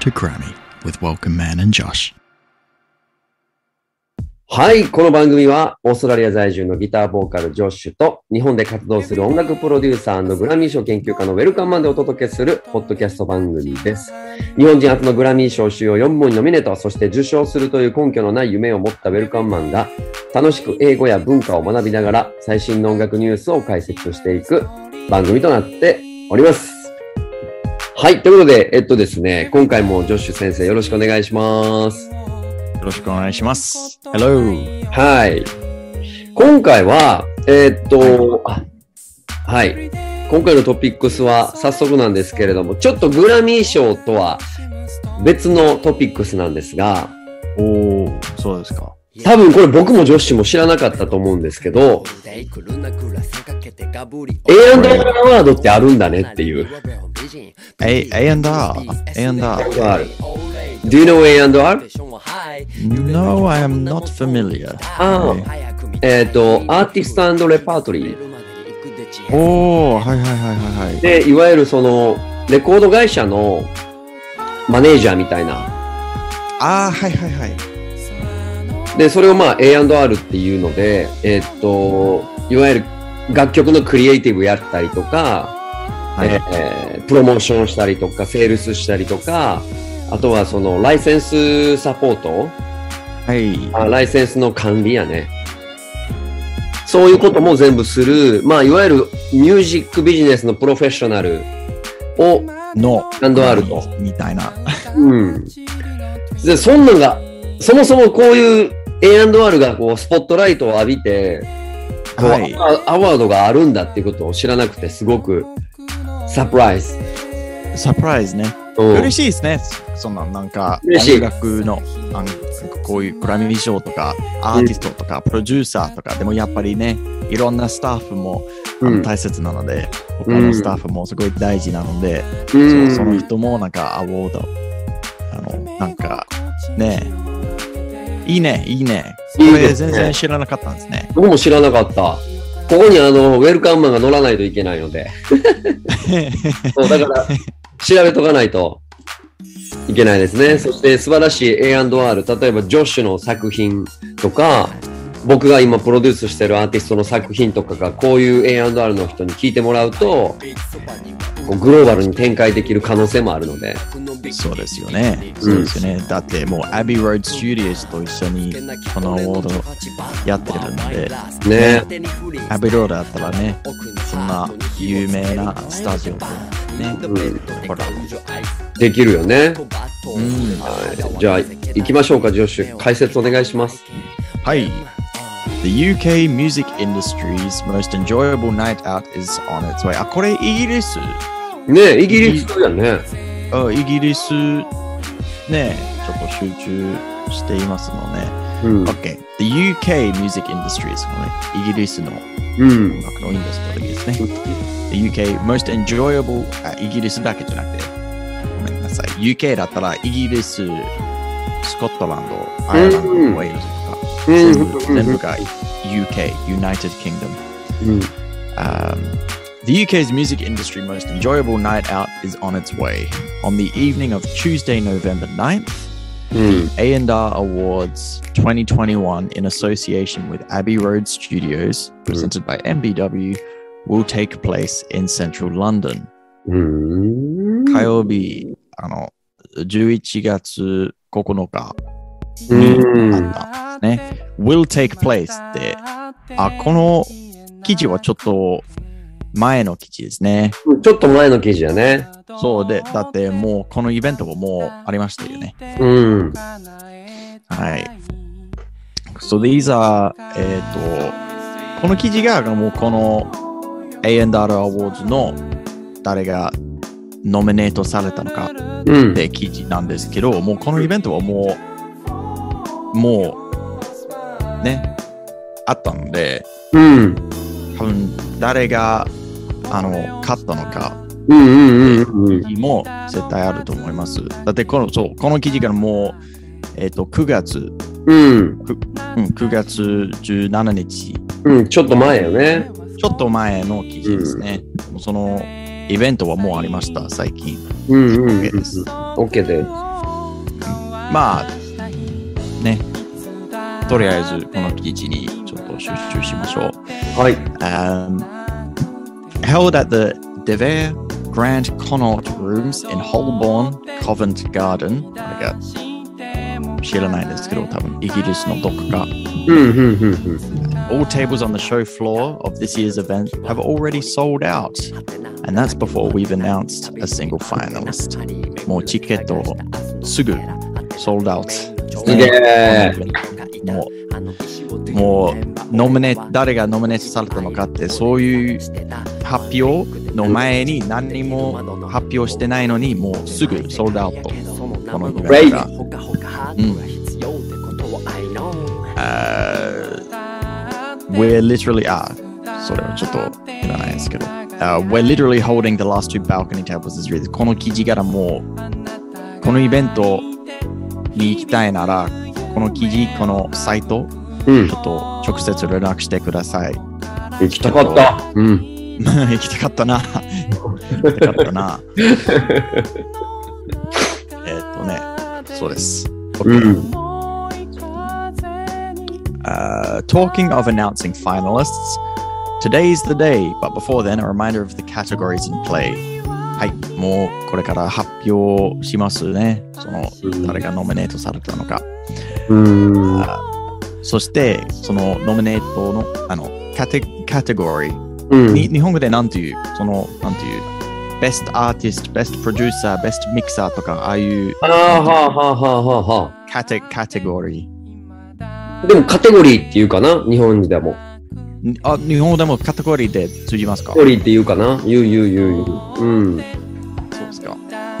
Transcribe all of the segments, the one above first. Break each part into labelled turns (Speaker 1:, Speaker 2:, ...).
Speaker 1: to Grammy with Welcome Man and Josh.
Speaker 2: はい、この番組はオーストラリア在住のギターボーカルジョッシュと日本で活動する音楽プロデューサーグラミー賞研究家のウェルカンマンでお届けするポッドキャスト番組です。日本人初のグラミー賞主要4問にノミネート、そして受賞するという根拠のない夢を持ったウェルカンマンが楽しく英語や文化を学びながら最新の音楽ニュースを解説していく番組となっております。はい、ということで、えっとですね、今回もジョッシュ先生よろしくお願いします。
Speaker 1: よろしくお願いします。Hello.
Speaker 2: はい。今回は、えーっと、あはい。今回のトピックスは早速なんですけれども、ちょっとグラミー賞とは別のトピックスなんですが、
Speaker 1: おー、そうですか。
Speaker 2: 多分これ僕も女子も知らなかったと思うんですけど、A&R ワードってあるんだねっていう。
Speaker 1: A- A&R A&R
Speaker 2: A&R Do you know A&R?
Speaker 1: No, I am not familiar.
Speaker 2: あえーっと、アーティストレパートリー。
Speaker 1: おー、はいはいはいはいはい。
Speaker 2: で、いわゆるその、レコード会社のマネージャーみたいな。
Speaker 1: あー、はいはいはい。
Speaker 2: で、それをまあ A&R っていうので、えーっと、いわゆる楽曲のクリエイティブやったりとか、
Speaker 1: はい
Speaker 2: えープロモーションしたりとか、セールスしたりとか、あとはそのライセンスサポート、
Speaker 1: はい。
Speaker 2: あライセンスの管理やね。そういうことも全部する、まあいわゆるミュージックビジネスのプロフェッショナルを、
Speaker 1: の、
Speaker 2: A&R と。
Speaker 1: みたいな。
Speaker 2: うん。で、そんなんが、そもそもこういう A&R がこうスポットライトを浴びて、こう
Speaker 1: はい。
Speaker 2: アアワードがあるんだっていうことを知らなくてすごくサプライズ。
Speaker 1: サプライズね。
Speaker 2: うん
Speaker 1: 嬉しいですね。そんなん、なんか、
Speaker 2: 嬉しい
Speaker 1: 音楽の、なんなんかこういうグラミー賞とか、アーティストとか、プロデューサーとか、でもやっぱりね、いろんなスタッフもあ
Speaker 2: う
Speaker 1: の
Speaker 2: ん
Speaker 1: 大切なので、
Speaker 2: うん
Speaker 1: 他のスタッフもすごい大事なので、
Speaker 2: うん
Speaker 1: そうその人もなんかアワード、あの、なんか、ね、いいね、いいね。こ
Speaker 2: いい
Speaker 1: れ
Speaker 2: ですね
Speaker 1: 全然知らなかったんですね。
Speaker 2: 僕も知らなかった。ここにあの、ウェルカムマンが乗らないといけない ので。そうだから、調べとかないといけないですね。そして素晴らしい A&R、例えばジョッシュの作品とか、僕が今プロデュースしてるアーティストの作品とかが、こういう A&R の人に聞いてもらうと、こうグローバルに展開できる可能性もあるので。
Speaker 1: そうですよね。そうですよね。だってもう、アビー・ロード・スュディオズと一緒にこのアワードやってるので、
Speaker 2: ね
Speaker 1: アビー・ロードだったらね、そんな有名なスタジオとね、
Speaker 2: うん
Speaker 1: コラボ。
Speaker 2: できるよね。
Speaker 1: うん
Speaker 2: はい、じゃあ行きましょうか、ジョッシュ。解説お願いします。
Speaker 1: Hi. The UK music industry's most enjoyable night out is on its way. あ、これイギリス
Speaker 2: ねえ、イギリスやね。
Speaker 1: あイギリスね、ちょっと集中していますのね。
Speaker 2: うん。
Speaker 1: OK。The UK music industry's このね、イギリスの
Speaker 2: うん
Speaker 1: 音。楽のインダストリーですね。The UK most enjoyable あ、イギリスだけじゃなくて、ごめんなさい。UK だったらイギリス、スコットランド、アイルランド、ウ
Speaker 2: う
Speaker 1: ェ
Speaker 2: ん
Speaker 1: ールズとか、
Speaker 2: うん
Speaker 1: 全部全部が UK、United Kingdom。
Speaker 2: うん。
Speaker 1: Um, the UK's music industry most enjoyable night out is on its way. On the evening of Tuesday, November 9th,
Speaker 2: うん。
Speaker 1: A&R Awards 2021 in association with Abbey Road Studios, presented by MBW, will take place in central London.
Speaker 2: うん。
Speaker 1: 火曜日、あの、11月9日
Speaker 2: うん
Speaker 1: にあったね。will take place って、あ、この記事はちょっと前の記事ですね。
Speaker 2: ちょっと前の記事やね。
Speaker 1: そうで、だってもうこのイベントももうありましたよね。
Speaker 2: うん。
Speaker 1: はい。So these are, eh, えっ、と、この記事がもうこの A&R Awards の誰がノミネートされたのか
Speaker 2: うん
Speaker 1: っ。て記事なんですけど、もうこのイベントはもう、もう、ね、あったので、
Speaker 2: うん。
Speaker 1: 多分誰が、あの、勝ったのか、
Speaker 2: うんうんうんうん。
Speaker 1: も絶対あると思います。だってこのそうこの記事からもう、えっと9月、うん、
Speaker 2: うん。
Speaker 1: 9月17日、ち
Speaker 2: うん。ちょっと前よね。
Speaker 1: ょっと前の記事ですね。もうそのイベントはもうありました、最近。
Speaker 2: うんうんうん。
Speaker 1: OK です
Speaker 2: OK です。
Speaker 1: まあ、ね、とりあえずこの記事にちょっと集中しましょう。
Speaker 2: はい。
Speaker 1: um, held at the De Vere Grand Connaught Rooms in Holborn, Covent Garden. Like a 知らないですけど、多分イギリスのどこか。
Speaker 2: うん、うん、うん、
Speaker 1: All tables on the show floor of this year's event have already sold out, and that's before we've announced a single finalist. もうチケットすぐ sold out.
Speaker 2: すげえ
Speaker 1: もう、もう、ノミネ誰がノミネートされたのかって、そういう発表の前に何も発表してないのに、もうすぐソールドアウト。このイベントが。Uh, we're literally, ah, sorry, ちょっといらないですけど。Uh, we're literally holding the last two balcony tables this year. この記事からもう、このイベントに行きたいなら、この記事、このサイト、
Speaker 2: うん。うん
Speaker 1: ちょ。っと直接連絡してください。
Speaker 2: 行きたかった。うん。
Speaker 1: 行きたかったな。行きたかったな。えっとね、そうです。
Speaker 2: うん。
Speaker 1: Uh, talking of announcing finalists, today's the day, but before then, a reminder of the categories in play. はい、もうこれから発表しますね。その
Speaker 2: うん
Speaker 1: 誰がノミネートされたのか。
Speaker 2: うん。
Speaker 1: そして、そのノミネートのあのカテカテゴリー。
Speaker 2: うん。
Speaker 1: に日本語でなんていう、その、なんていう、ベストアーティスト、ベストプロデューサー、ベストミキサーとか、ああいう
Speaker 2: ああ、はあ、はあ、はあ、はあ、は
Speaker 1: カテカテゴリ
Speaker 2: あ。でもカテゴリーっていうかな日本でも。
Speaker 1: ーん。あ、日本語でもカテゴリーで通じますか
Speaker 2: カテゴリーっていうかな言う言う言う言う。うん。
Speaker 1: そうですか。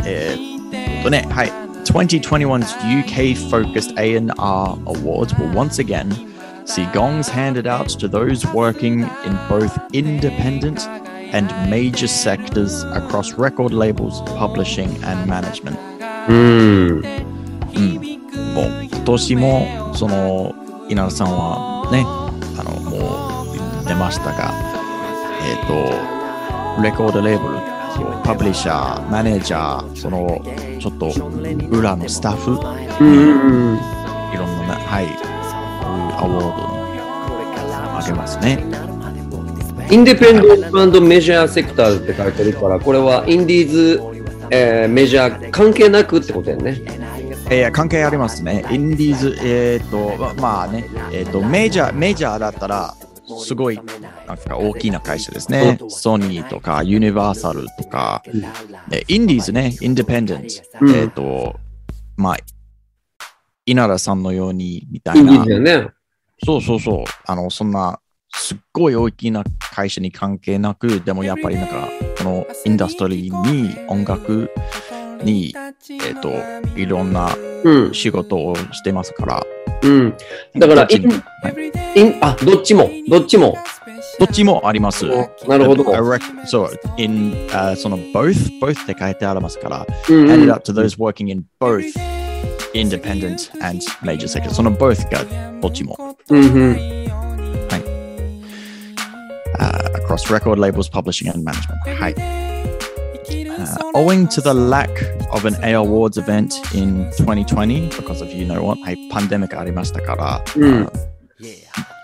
Speaker 1: えー、っとね、はい。2021's UK focused A&R Awards will once again see gongs handed out to those working in both independent and major sectors across record labels, publishing, and management.
Speaker 2: うん。
Speaker 1: うん、もう今年もその稲田さんはねあのもう出ましたがえっ、とレコードレーブルパブリッシャーマネージャーそのちょっと裏のスタッフ
Speaker 2: うん。
Speaker 1: いろんななはいこういうアワードにあげますね
Speaker 2: インディペンデントメジャーセクターって書いてるから、これはインディーズ、えーメジャー関係なくってことやね。
Speaker 1: いや関係ありますねインディーズえっ、とままあねえっ、とメジャーメジャーだったらすごいなんか大きな会社ですねソニーとかユニバーサルとかえーインディーズね、インディペンデント。
Speaker 2: うん
Speaker 1: えっ、と、まあ、稲田さんのようにみた
Speaker 2: イ
Speaker 1: い
Speaker 2: ンディー
Speaker 1: な
Speaker 2: ズ、やね。
Speaker 1: そうそうそう、あの、そんな、すっごい大きな会社に関係なく、でもやっぱりなんか、このインダストリーに、音楽に、えっ、と、いろんな
Speaker 2: うん。
Speaker 1: 仕事をしてますから、
Speaker 2: うん。だか
Speaker 1: ど
Speaker 2: ら
Speaker 1: っちに
Speaker 2: インイン、あ、どっちも、どっちも。
Speaker 1: どっちもあります。
Speaker 2: なるほど。
Speaker 1: I rec- そう、in、あその both, both って書いてありますから、
Speaker 2: うんう
Speaker 1: ended
Speaker 2: ん
Speaker 1: up to those working in both independent and major sectors. その both がどっちも。
Speaker 2: うんうん。
Speaker 1: uh, across record labels, publishing, and management. Hi. Uh, owing to the lack of an A Awards event in 2020, because of you know what, a pandemic ありましたから、
Speaker 2: うん。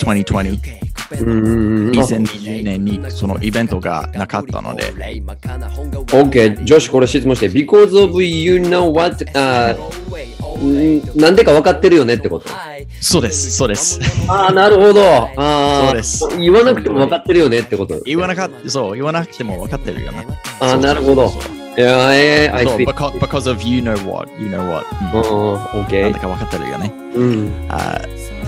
Speaker 1: 2020
Speaker 2: うんうんうん。あ
Speaker 1: 2020年にそのイベントがなかったので、
Speaker 2: OK、女子これ質問して、because of you know what, あーんなんでか分かってるよねってこと。
Speaker 1: そうです、そうです。
Speaker 2: ああ、なるほど。あー
Speaker 1: そうです
Speaker 2: 言わなくても分かってるよねってこと。
Speaker 1: 言わなかった、そう、言わなくても分かってるよな。
Speaker 2: ああ、なるほど。いやー、えー、I
Speaker 1: そう
Speaker 2: see.
Speaker 1: because, because of you know what, you know what.
Speaker 2: う
Speaker 1: うんん
Speaker 2: うん、
Speaker 1: なん
Speaker 2: OK
Speaker 1: だ。か分かってるよね。
Speaker 2: うん。
Speaker 1: Uh,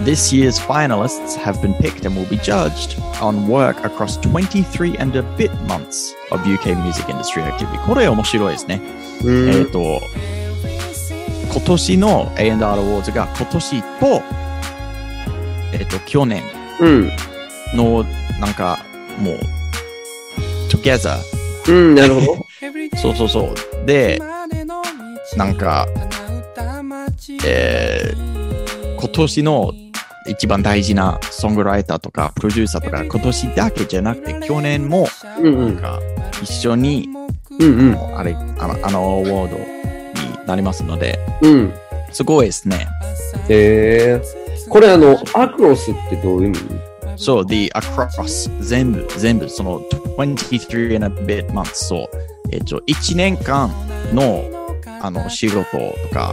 Speaker 1: this year's finalists have been picked and will be judged on work across 23 and a bit months of UK music industry activity. これ面白いですね。
Speaker 2: うん
Speaker 1: えっ、と、今年の A&R Awards が今年と、えっ、と、去年
Speaker 2: うん。
Speaker 1: のなんかもう、together。
Speaker 2: うん、なる ほど。
Speaker 1: そうそうそう。で、なんか、えー今年の一番大事なソングライターとかプロデューサーとか今年だけじゃなくて去年も
Speaker 2: うんう
Speaker 1: なん
Speaker 2: ん。
Speaker 1: か一緒に
Speaker 2: うん
Speaker 1: あれあのあのアワードになりますので
Speaker 2: うん。うん。
Speaker 1: すごいですね。
Speaker 2: えー、これあの、アクロスってどういう意味
Speaker 1: そう、the across 全部、全部、その23 and a bit months、そう、えっと、1年間のあの仕事とか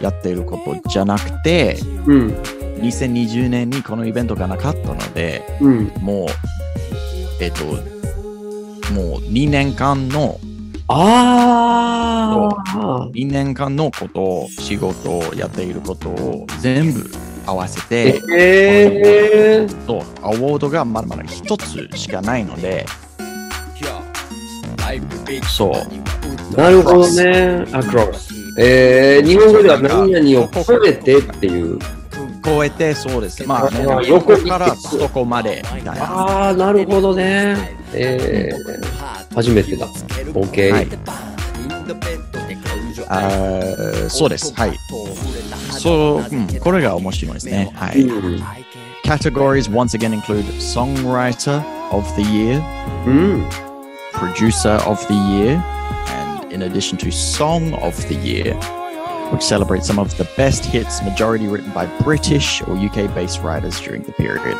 Speaker 1: やってることじゃなくて、
Speaker 2: うん、
Speaker 1: 2020年にこのイベントがなかったので、
Speaker 2: うん。
Speaker 1: もう、えっと、もう2年間の、
Speaker 2: ああ。
Speaker 1: 2年間のこと、仕事をやっていることを全部合わせて、
Speaker 2: えー、
Speaker 1: そう、アワードがまだまだ一つしかないので、そう。
Speaker 2: なるほどね。アクロス。えー、日本語では何々を超えてっていう。
Speaker 1: 超えてそうですね。まあ、ね
Speaker 2: あ、ー横
Speaker 1: 横
Speaker 2: 切って
Speaker 1: からそこまでみたいな。
Speaker 2: ああ、なるほどね。えー、初めてだ。OK。
Speaker 1: はいあーそうです。はい。そう、うん、これが面白いですね。は
Speaker 2: う
Speaker 1: い。
Speaker 2: ん
Speaker 1: Categories once again include Songwriter of the Year,
Speaker 2: うん。
Speaker 1: Producer of the Year, and in addition to Song of the Year, which celebrates some of the best hits, majority written by British or UK based writers during the period.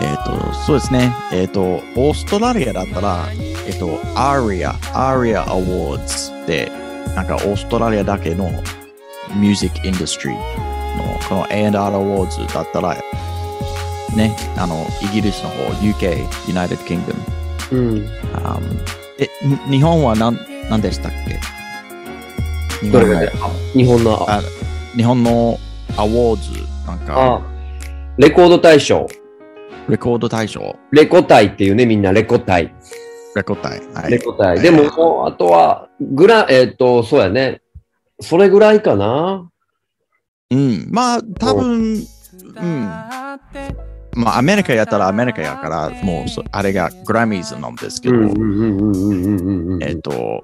Speaker 1: えっ、と、そうですね。えっ、と、オーストラリアだったら、えっ、と、ARIA、ARIA Awards で、なんかオーストラリアだけのミュージックインダストリーの、この A&R Awards だったら、ね、あの、イギリスの方、UK、United Kingdom。
Speaker 2: うん。
Speaker 1: あーえ、に日本は何、何でしたっけ日
Speaker 2: ど
Speaker 1: 本
Speaker 2: れが
Speaker 1: の
Speaker 2: ね日本の、
Speaker 1: あ日本のアワーズ、なんか、
Speaker 2: あレコード大賞。
Speaker 1: レコード大賞、
Speaker 2: レコ大っていうね、みんなレコ大。
Speaker 1: レコ大。は
Speaker 2: レ
Speaker 1: い。
Speaker 2: コ大。でも、もうあとは、ぐら、えっ、と、そうやね。それぐらいかな。
Speaker 1: うん。まあ、多分、うん。まあ、アメリカやったらアメリカやから、もうそ、あれがグラミーズなんですけど、
Speaker 2: うんうんうんうんうんうんうん。
Speaker 1: えっ、と、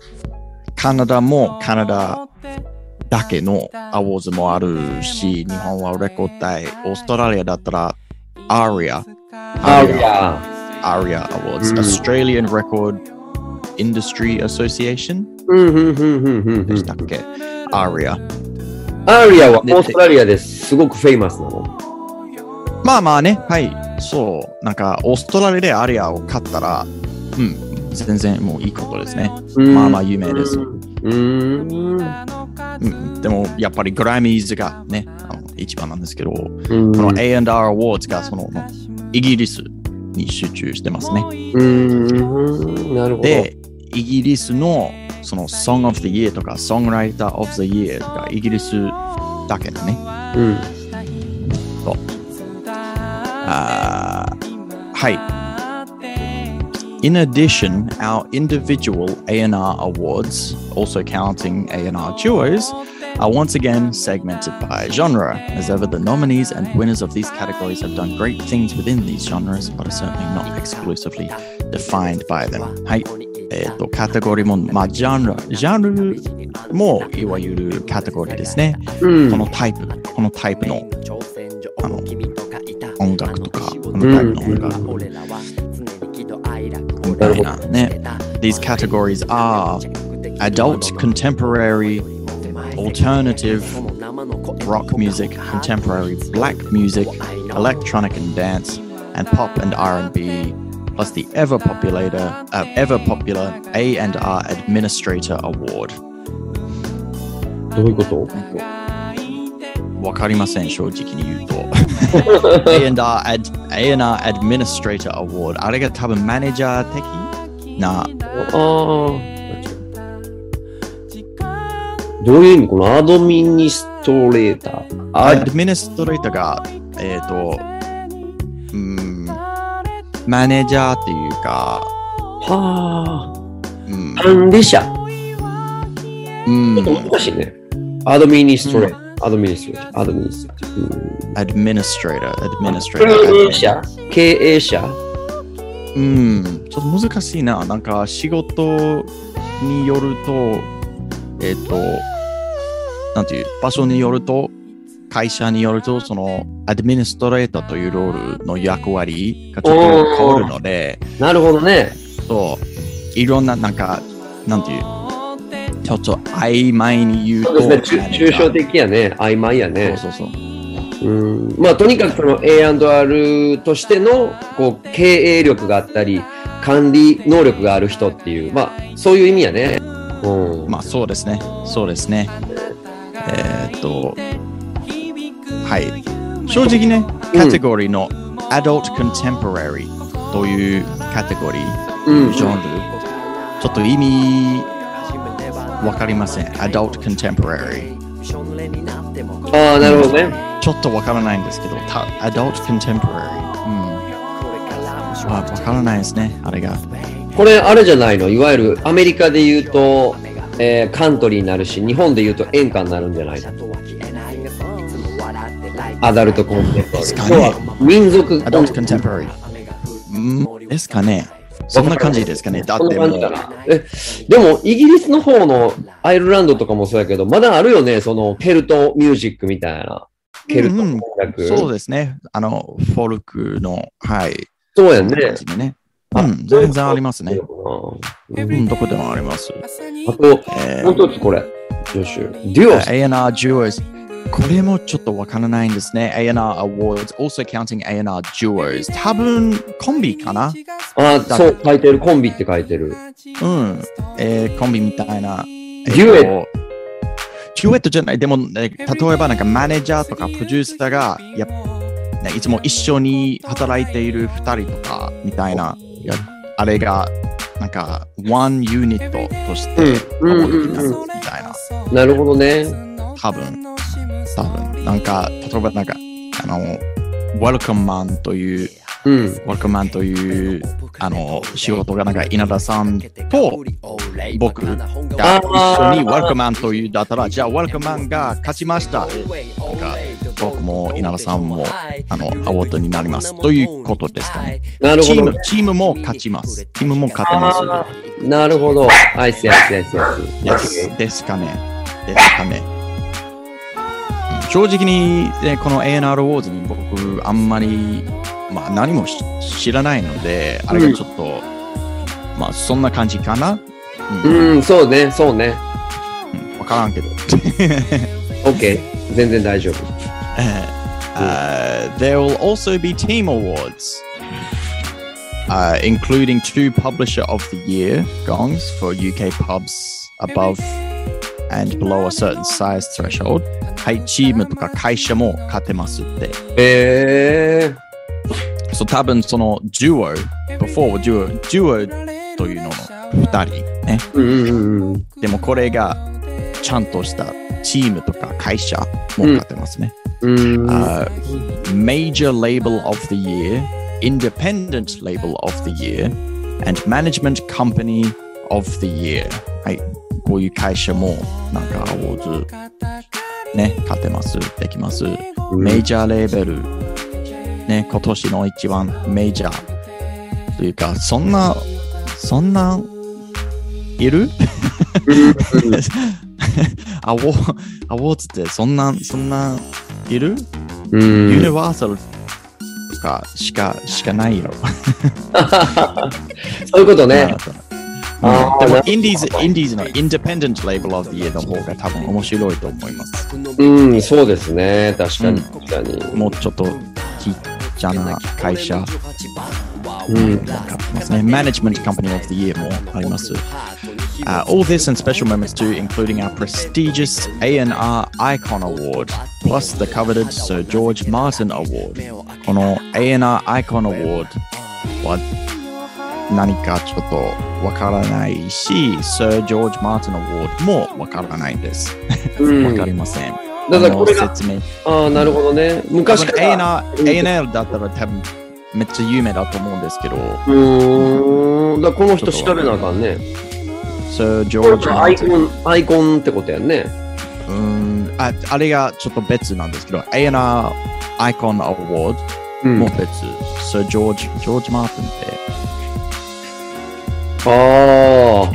Speaker 1: カナダもカナダだけのアワーズもあるし、日本はレコ大、オーストラリアだったら、アリア、
Speaker 2: アウア。
Speaker 1: ARIA Awards,
Speaker 2: Mm.
Speaker 1: Australian Record Industry Association
Speaker 2: うんうんうんうんうんう
Speaker 1: で
Speaker 2: ん
Speaker 1: し。たっけ、?ARIA。
Speaker 2: アリアはオ
Speaker 1: で
Speaker 2: ーストラリアですごくフェイマスなの。
Speaker 1: まあまあね、はい、そう、なんかオーストラリアで ARIA を勝ったら、うん、全然もういいことですね。まあまあ有名です
Speaker 2: うん。うん
Speaker 1: うん、でもやっぱりグラミーズがね、あの一番なんですけど、こ
Speaker 2: うん
Speaker 1: の A&R Awards がそのイギリスに集中してますね。
Speaker 2: うんなるほど。
Speaker 1: で、イギリスのその Song of the Year とか Songwriter of the Year とかイギリスだけだね。
Speaker 2: うん、
Speaker 1: Uh, hi. In addition, our individual A&R awards, also counting A&R duos, are once again segmented by genre. As ever, the nominees and winners of these categories have done great things within these genres, but are certainly not exclusively defined by them. Hi.
Speaker 3: eh,
Speaker 1: えっと、カテゴリーも、まあ、ジャンル、ジャンルも、いわゆるカテゴリーですね。
Speaker 2: うん
Speaker 1: このタイプ、このタイプの
Speaker 3: あの
Speaker 1: 音楽とか、この
Speaker 2: ん
Speaker 1: タイプの音楽。な
Speaker 3: なるほど
Speaker 1: るほど
Speaker 3: ね
Speaker 1: ね。
Speaker 3: These categories are adult, contemporary, alternative, rock music, contemporary, black music, electronic.
Speaker 1: electronic and dance, and pop and R&B, plus the ever populator, uh, ever popular A&R Administrator Award.
Speaker 2: どういうこと
Speaker 1: わかりません、正直に言う と。A&R, Ad- A&R Administrator Award。あれが多分マネージャー的な、
Speaker 2: ああ。どういう意味このアドミニストレーター。
Speaker 1: ア
Speaker 2: あ
Speaker 1: ドミニストレーターが、えっ、と、うーん、マネージャーっていうか、
Speaker 2: は
Speaker 1: うん
Speaker 2: あ。、管理者。
Speaker 1: うん
Speaker 2: 難しいね。アドミニストレーター。アドミニストレーター。アドミニストレーター。うん
Speaker 1: アドミニストレーター、アドミニストレーター。
Speaker 2: 経営者経営者
Speaker 1: うん、ちょっと難しいな。なんか仕事によると、えっ、と、なんていう、場所によると、会社によると、その、アドミニストレーターというロールの役割がちょっと変わるので、
Speaker 2: なるほどね。
Speaker 1: そう、いろんな、なんか、なんていう、ちょっと曖昧に言う
Speaker 2: そう
Speaker 1: と、
Speaker 2: ですね、抽
Speaker 1: 何
Speaker 2: 象
Speaker 1: が
Speaker 2: 的やね、曖昧やね。
Speaker 1: そうそうそう。
Speaker 2: うんまあ、とにかくその A&R としてのこう経営力があったり、管理能力がある人っていう、まあ、そういう意味やね。うん。
Speaker 1: まあそうですね。そうですね。えーっと、はい。正直ね、
Speaker 2: うん
Speaker 1: カテゴリーの Adult Contemporary というカテゴリー、
Speaker 2: うん
Speaker 1: ジャンル、ちょっと意味わかりません。Adult Contemporary。
Speaker 2: ああ、なるほどね。
Speaker 1: ちょっとわからないんですけど、た Adult Contemporary。うん。まあわからないですね、あれが。
Speaker 2: これ、あれじゃないのいわゆるアメリカで言うと、えーカントリーになるし、日本で言うと演歌になるんじゃないのアダルトコンテンポラリ
Speaker 1: です
Speaker 2: ー。
Speaker 1: かね
Speaker 2: そうは民族コンテ
Speaker 1: Adult
Speaker 2: ンポラ
Speaker 1: Contemporary。うんですかね。そんな感じですかね。だ
Speaker 2: こ
Speaker 1: っ
Speaker 2: ん
Speaker 1: て
Speaker 2: な
Speaker 1: もう
Speaker 2: 感じかな。え、でも、イギリスの方のアイルランドとかもそうやけど、まだあるよね、その、ケルトミュージックみたいな。ケルト音楽。
Speaker 1: そうですね。あの、フォルクの、はい。
Speaker 2: そうや
Speaker 1: そんな
Speaker 2: ね
Speaker 1: 感。じでね。うん、全然ありますね。
Speaker 2: う
Speaker 1: うんん、どこでもあります。
Speaker 2: あと、
Speaker 1: え
Speaker 2: もう一つこれ。ジョシュ。デュオス。
Speaker 1: A&R Duos。これもちょっとわからないんですね。A&R Awards, also counting A&R Duos。多分、コンビかな
Speaker 2: あ、そう、書いてる。コンビって書いて
Speaker 1: う
Speaker 2: る。
Speaker 1: ん。えーコンビみたいな。
Speaker 2: デュエッ
Speaker 1: ト。デュエットじゃない。でも、ね、例えばなんかマネージャーとかプロデューサーが、やっね、いつも一緒に働いている二人とかみたいな、いやあれが、なんか、one unit として、
Speaker 2: うんうんうん
Speaker 1: みたいな。
Speaker 2: なるほどね。
Speaker 1: 多分、多分。なんか、例えばなんか、あの、welcome man という、
Speaker 2: うん。
Speaker 1: welcome man という、あの、仕事がなんか、稲田さんと、僕が一緒に Welcome Man というだったら、じゃあ Welcome Man が勝ちました。なんか僕も稲田さんもあのアワードになります。ということですかね。
Speaker 2: なる
Speaker 1: チ
Speaker 2: ほ
Speaker 1: ー
Speaker 2: ど
Speaker 1: ム。チームも勝ちます。チームも勝てま
Speaker 2: なるほど。アイスアイスアイスアイス。
Speaker 1: す。ですですかね。ですかね。うん正直に、ね、この ANR ウォーズに僕あんまり、まあ、何もし知らないので、あれがちょっと、まあそんな感じかな。うん
Speaker 2: うん、そうね、そうね。
Speaker 1: うんわからんけど。
Speaker 2: OK。全然大丈夫。
Speaker 1: Uh, there will also be team awards, uh, including two Publisher of the Year gongs for UK pubs above and below a certain size threshold. はい、チームとか会社も勝てますって。
Speaker 2: ええ
Speaker 1: そう、多分その duo、before duo、duo というのの2人ね。
Speaker 2: ー。うんうんうんうん。
Speaker 1: でもこれがちゃんとしたチームとか会社も勝てますね。
Speaker 2: うん。
Speaker 1: uh, major label of the year, independent label of the year, and management company of the year. はい。こういう会社もなんかアワーズね、勝てます、できます。メジャーレーベル、ね、今年の一番メジャーというか、そんな、そんな、い るアワーアワーズってそんな、そんな、いる
Speaker 2: う
Speaker 1: ユニ
Speaker 2: ん。
Speaker 1: バーサルとかしかしかないよ。
Speaker 2: そういうことね。あー
Speaker 1: でも
Speaker 2: なるほど
Speaker 1: インディーズ、インディーズのインディペンデントレーベルオブディエの方が多分面白いと思います。
Speaker 2: うん、そうですね。確かに。
Speaker 1: うん
Speaker 2: 確かに。
Speaker 1: もうちょっとちっちゃな会社が
Speaker 2: うん。
Speaker 1: ありますね。マネジメントカンパニーオブディエもあります。Uh, all this and special moments too, including our prestigious A&R Icon Award, plus the coveted Sir George Martin Award. この A&R Icon Award は何かちょっとわからないし、Sir George Martin Award もわからないです。
Speaker 2: うん
Speaker 1: わかりません。
Speaker 2: だから
Speaker 1: あの
Speaker 2: これが
Speaker 1: 説明。
Speaker 2: ああ、なるほどね。昔か
Speaker 1: 多
Speaker 2: ら。
Speaker 1: 分 A&R A&R だったら多分めっちゃ有名だと思うんですけど、
Speaker 2: うーん。だからこの人調べなあかんね。
Speaker 1: Sir
Speaker 2: これ
Speaker 1: George
Speaker 2: アイ
Speaker 1: Martin
Speaker 2: コン、アイコンってことやんね。
Speaker 1: うーんああれがちょっと別なんですけど、A&R アイコンアワー
Speaker 2: う
Speaker 1: ド
Speaker 2: ん
Speaker 1: も。別、Sir George、ジョージ・マーティンって、
Speaker 2: あ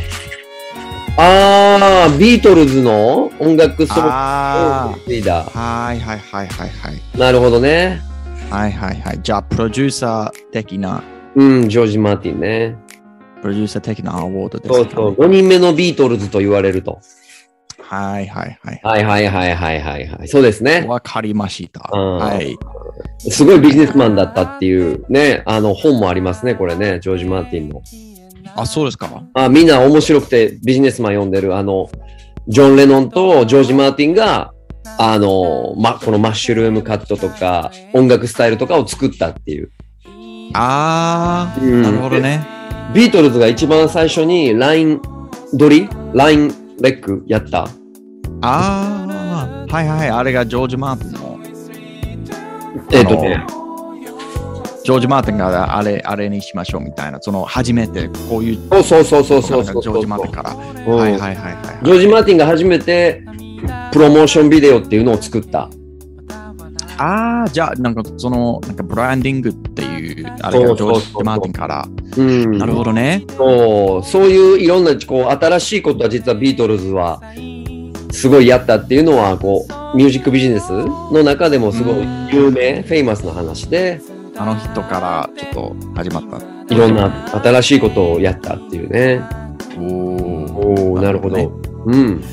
Speaker 2: あ。ああ、ビートルズの音楽ソロ
Speaker 1: あ
Speaker 2: リーダー。
Speaker 1: ーはいはいはいはいはい。
Speaker 2: なるほどね。
Speaker 1: はいはいはい。じゃあ、プロデューサー的な、
Speaker 2: うん、ジョージ・マーティンね。
Speaker 1: プロデューサー的なアワードです
Speaker 2: そ
Speaker 1: か
Speaker 2: う
Speaker 1: ね
Speaker 2: そう、5人目のビートルズと言われると。
Speaker 1: はいはいはい。
Speaker 2: はいはいはいはいはいはい。そうですね。
Speaker 1: わかりました。
Speaker 2: うん
Speaker 1: はい。
Speaker 2: すごいビジネスマンだったっていうね、あの本もありますね、これね、ジョージ・マーティンの。
Speaker 1: あ、そうですか
Speaker 2: あみんな面白くてビジネスマン読んでる、あの、ジョン・レノンとジョージ・マーティンが、あの、ま、このマッシュルームカットとか、音楽スタイルとかを作ったっていう。
Speaker 1: あー、
Speaker 2: うん
Speaker 1: なるほどね。
Speaker 2: ビートルズが一番最初にライン取りラインレックやった。
Speaker 1: あー、はいはい。あれがジョージ・マーティンの。
Speaker 2: えっ、とね、
Speaker 1: ジョージ・マーティンがあれ、あれにしましょうみたいな。その、初めてこういう。
Speaker 2: そうそうそうそうそう
Speaker 1: ジ
Speaker 2: そ
Speaker 1: ョ
Speaker 2: うそう
Speaker 1: ージ・マーティンから。は
Speaker 2: うん
Speaker 1: いはいはいはい。
Speaker 2: ジョージ・マーティンが初めてプロモーションビデオっていうのを作った。
Speaker 1: あー、じゃあ、なんかその、なんかブランディングっていう、あれ
Speaker 2: そ
Speaker 1: が
Speaker 2: う
Speaker 1: ジ
Speaker 2: そ
Speaker 1: ョ
Speaker 2: うそう
Speaker 1: ージ・マーティンから。
Speaker 2: うん、
Speaker 1: なるほどね。
Speaker 2: そうそういういろんなこう新しいことは実はビートルズはすごいやったっていうのはこうミュージックビジネスの中でもすごい有名、フェイマスな話で
Speaker 1: あの人からちょっと始まった。
Speaker 2: いろんな新しいことをやったっていうね。
Speaker 1: おー。
Speaker 2: おおなるほど。うん。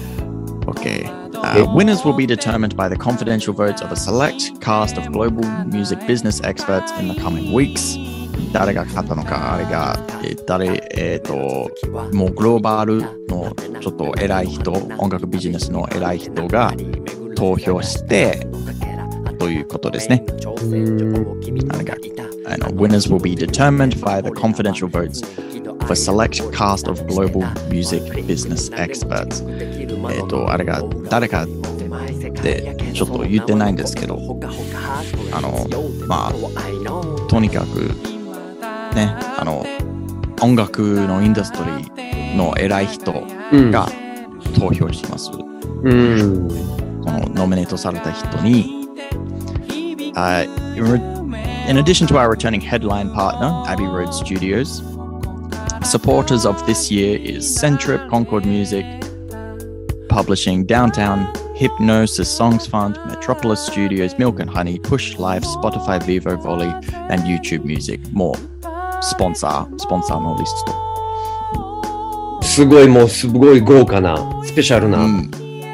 Speaker 1: Okay. Uh, winners will be determined by the confidential votes of a select cast of global music business experts in the coming weeks. 誰が勝ったのか、あれが、えー誰、えっ、と、もうグローバルのちょっと偉い人、音楽ビジネスの偉い人が投票して、ということですね。あれが、あの、winners will be determined by the confidential votes of a select cast of global music business experts. えっ、と、あれが、誰かってちょっと言ってないんですけど、あの、まあ、とにかく、ね、あの、音楽のインダストリーの偉い人
Speaker 2: うん。
Speaker 1: が投票します。こ
Speaker 2: うん。
Speaker 1: のノミネートされた人に、あ In addition to our returning headline partner, Abbey Road Studios, supporters of this year is Centrip, Concord Music, Publishing, Downtown, Hypnosis Songs Fund, Metropolis Studios, Milk and Honey, Push Live, Spotify, Vivo Volley, and YouTube Music. More sponsor, sponsor のリスト。
Speaker 2: すごいもうすごい豪華なスペシャルな、
Speaker 1: うん、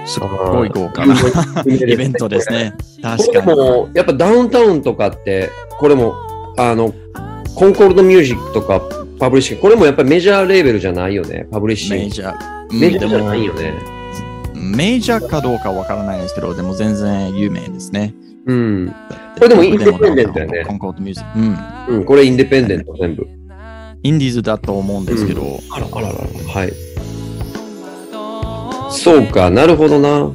Speaker 1: すっごい豪華な イベントです。ね。
Speaker 2: こ
Speaker 1: 確
Speaker 2: れ
Speaker 1: かに。
Speaker 2: もやっぱダウンタウンとかってこれもあのコンコルドミュージックとかパブリッシングこれもやっぱりメジャーレーベルじゃないよねパブリッシン
Speaker 1: メ
Speaker 2: グ
Speaker 1: ジャー。
Speaker 2: メジャーじゃ
Speaker 1: うん
Speaker 2: ないよね。
Speaker 1: メジャーかどうかわからないですけど、でも全然有名ですね。
Speaker 2: うん、
Speaker 1: こ
Speaker 2: これでもインディペンデントやね
Speaker 1: コンコートミュージック。うん。
Speaker 2: うん、これインディペンデント全部
Speaker 1: インディーズだと思うんですけど、
Speaker 2: あらあらあらはいそうかなるほどな
Speaker 1: うん。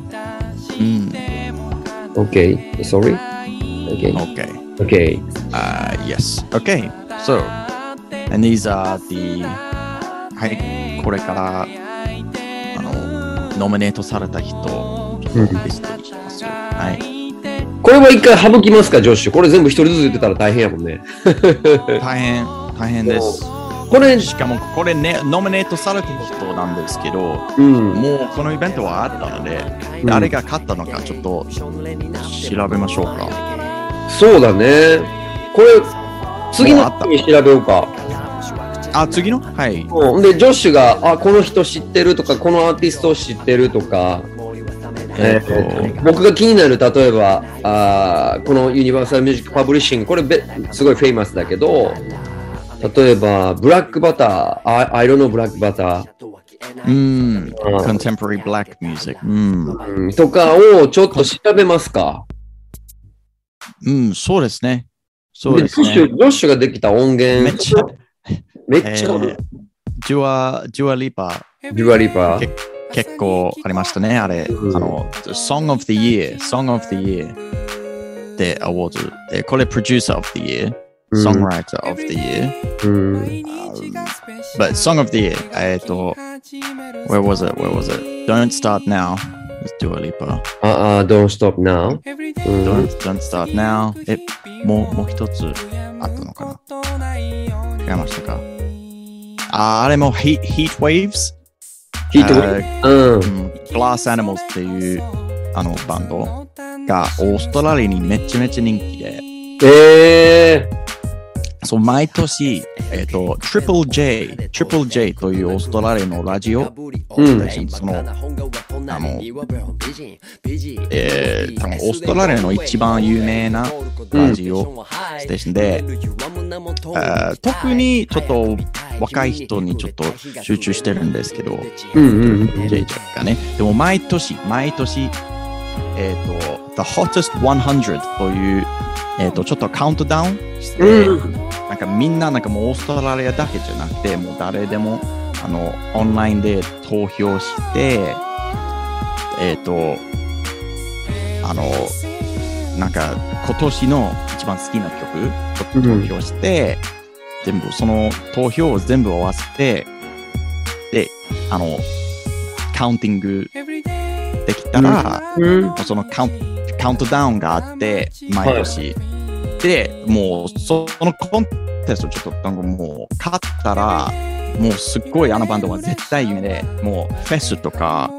Speaker 2: OK sorry OK
Speaker 1: Okay.
Speaker 2: OK
Speaker 1: Uh, yes. Okay. So, and these are the, はい、これから、あの、ノミネートされた人、
Speaker 2: うん
Speaker 1: リストにします。はい。
Speaker 2: これは一回省きますかジョッシュこれ全部一人ずつ言ってたら大変やもんね
Speaker 1: 大変、大変です。
Speaker 2: これ
Speaker 1: しかも、これね、ノミネートされた人なんですけど、
Speaker 2: うん
Speaker 1: もうこのイベントはあったので、
Speaker 2: うん
Speaker 1: 誰が勝ったのかちょっと調べましょうか。
Speaker 2: そうだねこれ次
Speaker 1: もう
Speaker 2: の
Speaker 1: あった
Speaker 2: 日に調べようか
Speaker 1: あ、次のはい。
Speaker 2: うん、でジョッシュがあこの人知ってるとかこのアーティストを知ってるとか、え
Speaker 1: えっ
Speaker 2: ー
Speaker 1: と
Speaker 2: 僕が気になる例えばあーこのユニバーサル・ミュージック・パブリッシングこれべすごいフェイマスだけど例えばブラックバターアアイロンのブラックバタ
Speaker 1: うん。
Speaker 2: うん
Speaker 1: Contemporary Black Music。うん。
Speaker 2: ー、うんとかをちょっと調べますか
Speaker 1: うん、そうですね。そうです
Speaker 2: ジョッ
Speaker 1: ね
Speaker 2: シ。ュジョッシュができた音源
Speaker 1: めっちゃ、
Speaker 2: めっ
Speaker 1: え
Speaker 2: ちゃ、
Speaker 1: ージュア、ジュアリーパー
Speaker 2: デュアリパー
Speaker 1: け結構ありましたね、あれ。あ
Speaker 2: うん
Speaker 1: の、Song of the Year、Song of the Year でアワード。で、これ Producer of the Year、
Speaker 2: うん
Speaker 1: Songwriter of the Year。
Speaker 2: うん、
Speaker 1: But Song of the Year, えっと、Where was it? Where was it? Don't start now. It's Dua Lipa.
Speaker 2: ああ Don't Stop Now、うん
Speaker 1: Don't, don't start now. え、もう、もう一つあったのかな違いましたかあー、あれも Heat, heat Waves?
Speaker 2: 聞いてもら
Speaker 1: あ
Speaker 2: うん
Speaker 1: ーうん Uh, Glass Animals っていうあのバンドがオーストラリアにめちゃめちゃ人気で、
Speaker 2: ええ
Speaker 1: そう毎年、えっと Triple J、Triple J というオーストラリアのラジオ、
Speaker 2: うん
Speaker 1: その、あの、えー、多分オーストラリアの一番有名なラジオステーションで、あー特にちょっと若い人にちょっと集中してるんですけど、
Speaker 2: うんうん
Speaker 1: J ちゃんがね。でも毎年、毎年、えっ、と、The Hottest 100という、えっ、と、ちょっとカウントダウンして、
Speaker 2: うん
Speaker 1: なんかみんな、なんかもうオーストラリアだけじゃなくて、もう誰でも、あの、オンラインで投票して、えっ、と、あの、なんか今年の一番好きな曲、
Speaker 2: うん
Speaker 1: 投票して、全部、その投票を全部合わせて、で、あの、カウンティングできたら、
Speaker 2: うん
Speaker 1: そのカウンカウントダウンがあって、毎年。で、もう、そそのコンテストちょっと、なんかもう、勝ったら、もうすっごいあのバンドは絶対夢で、もうフェスとか、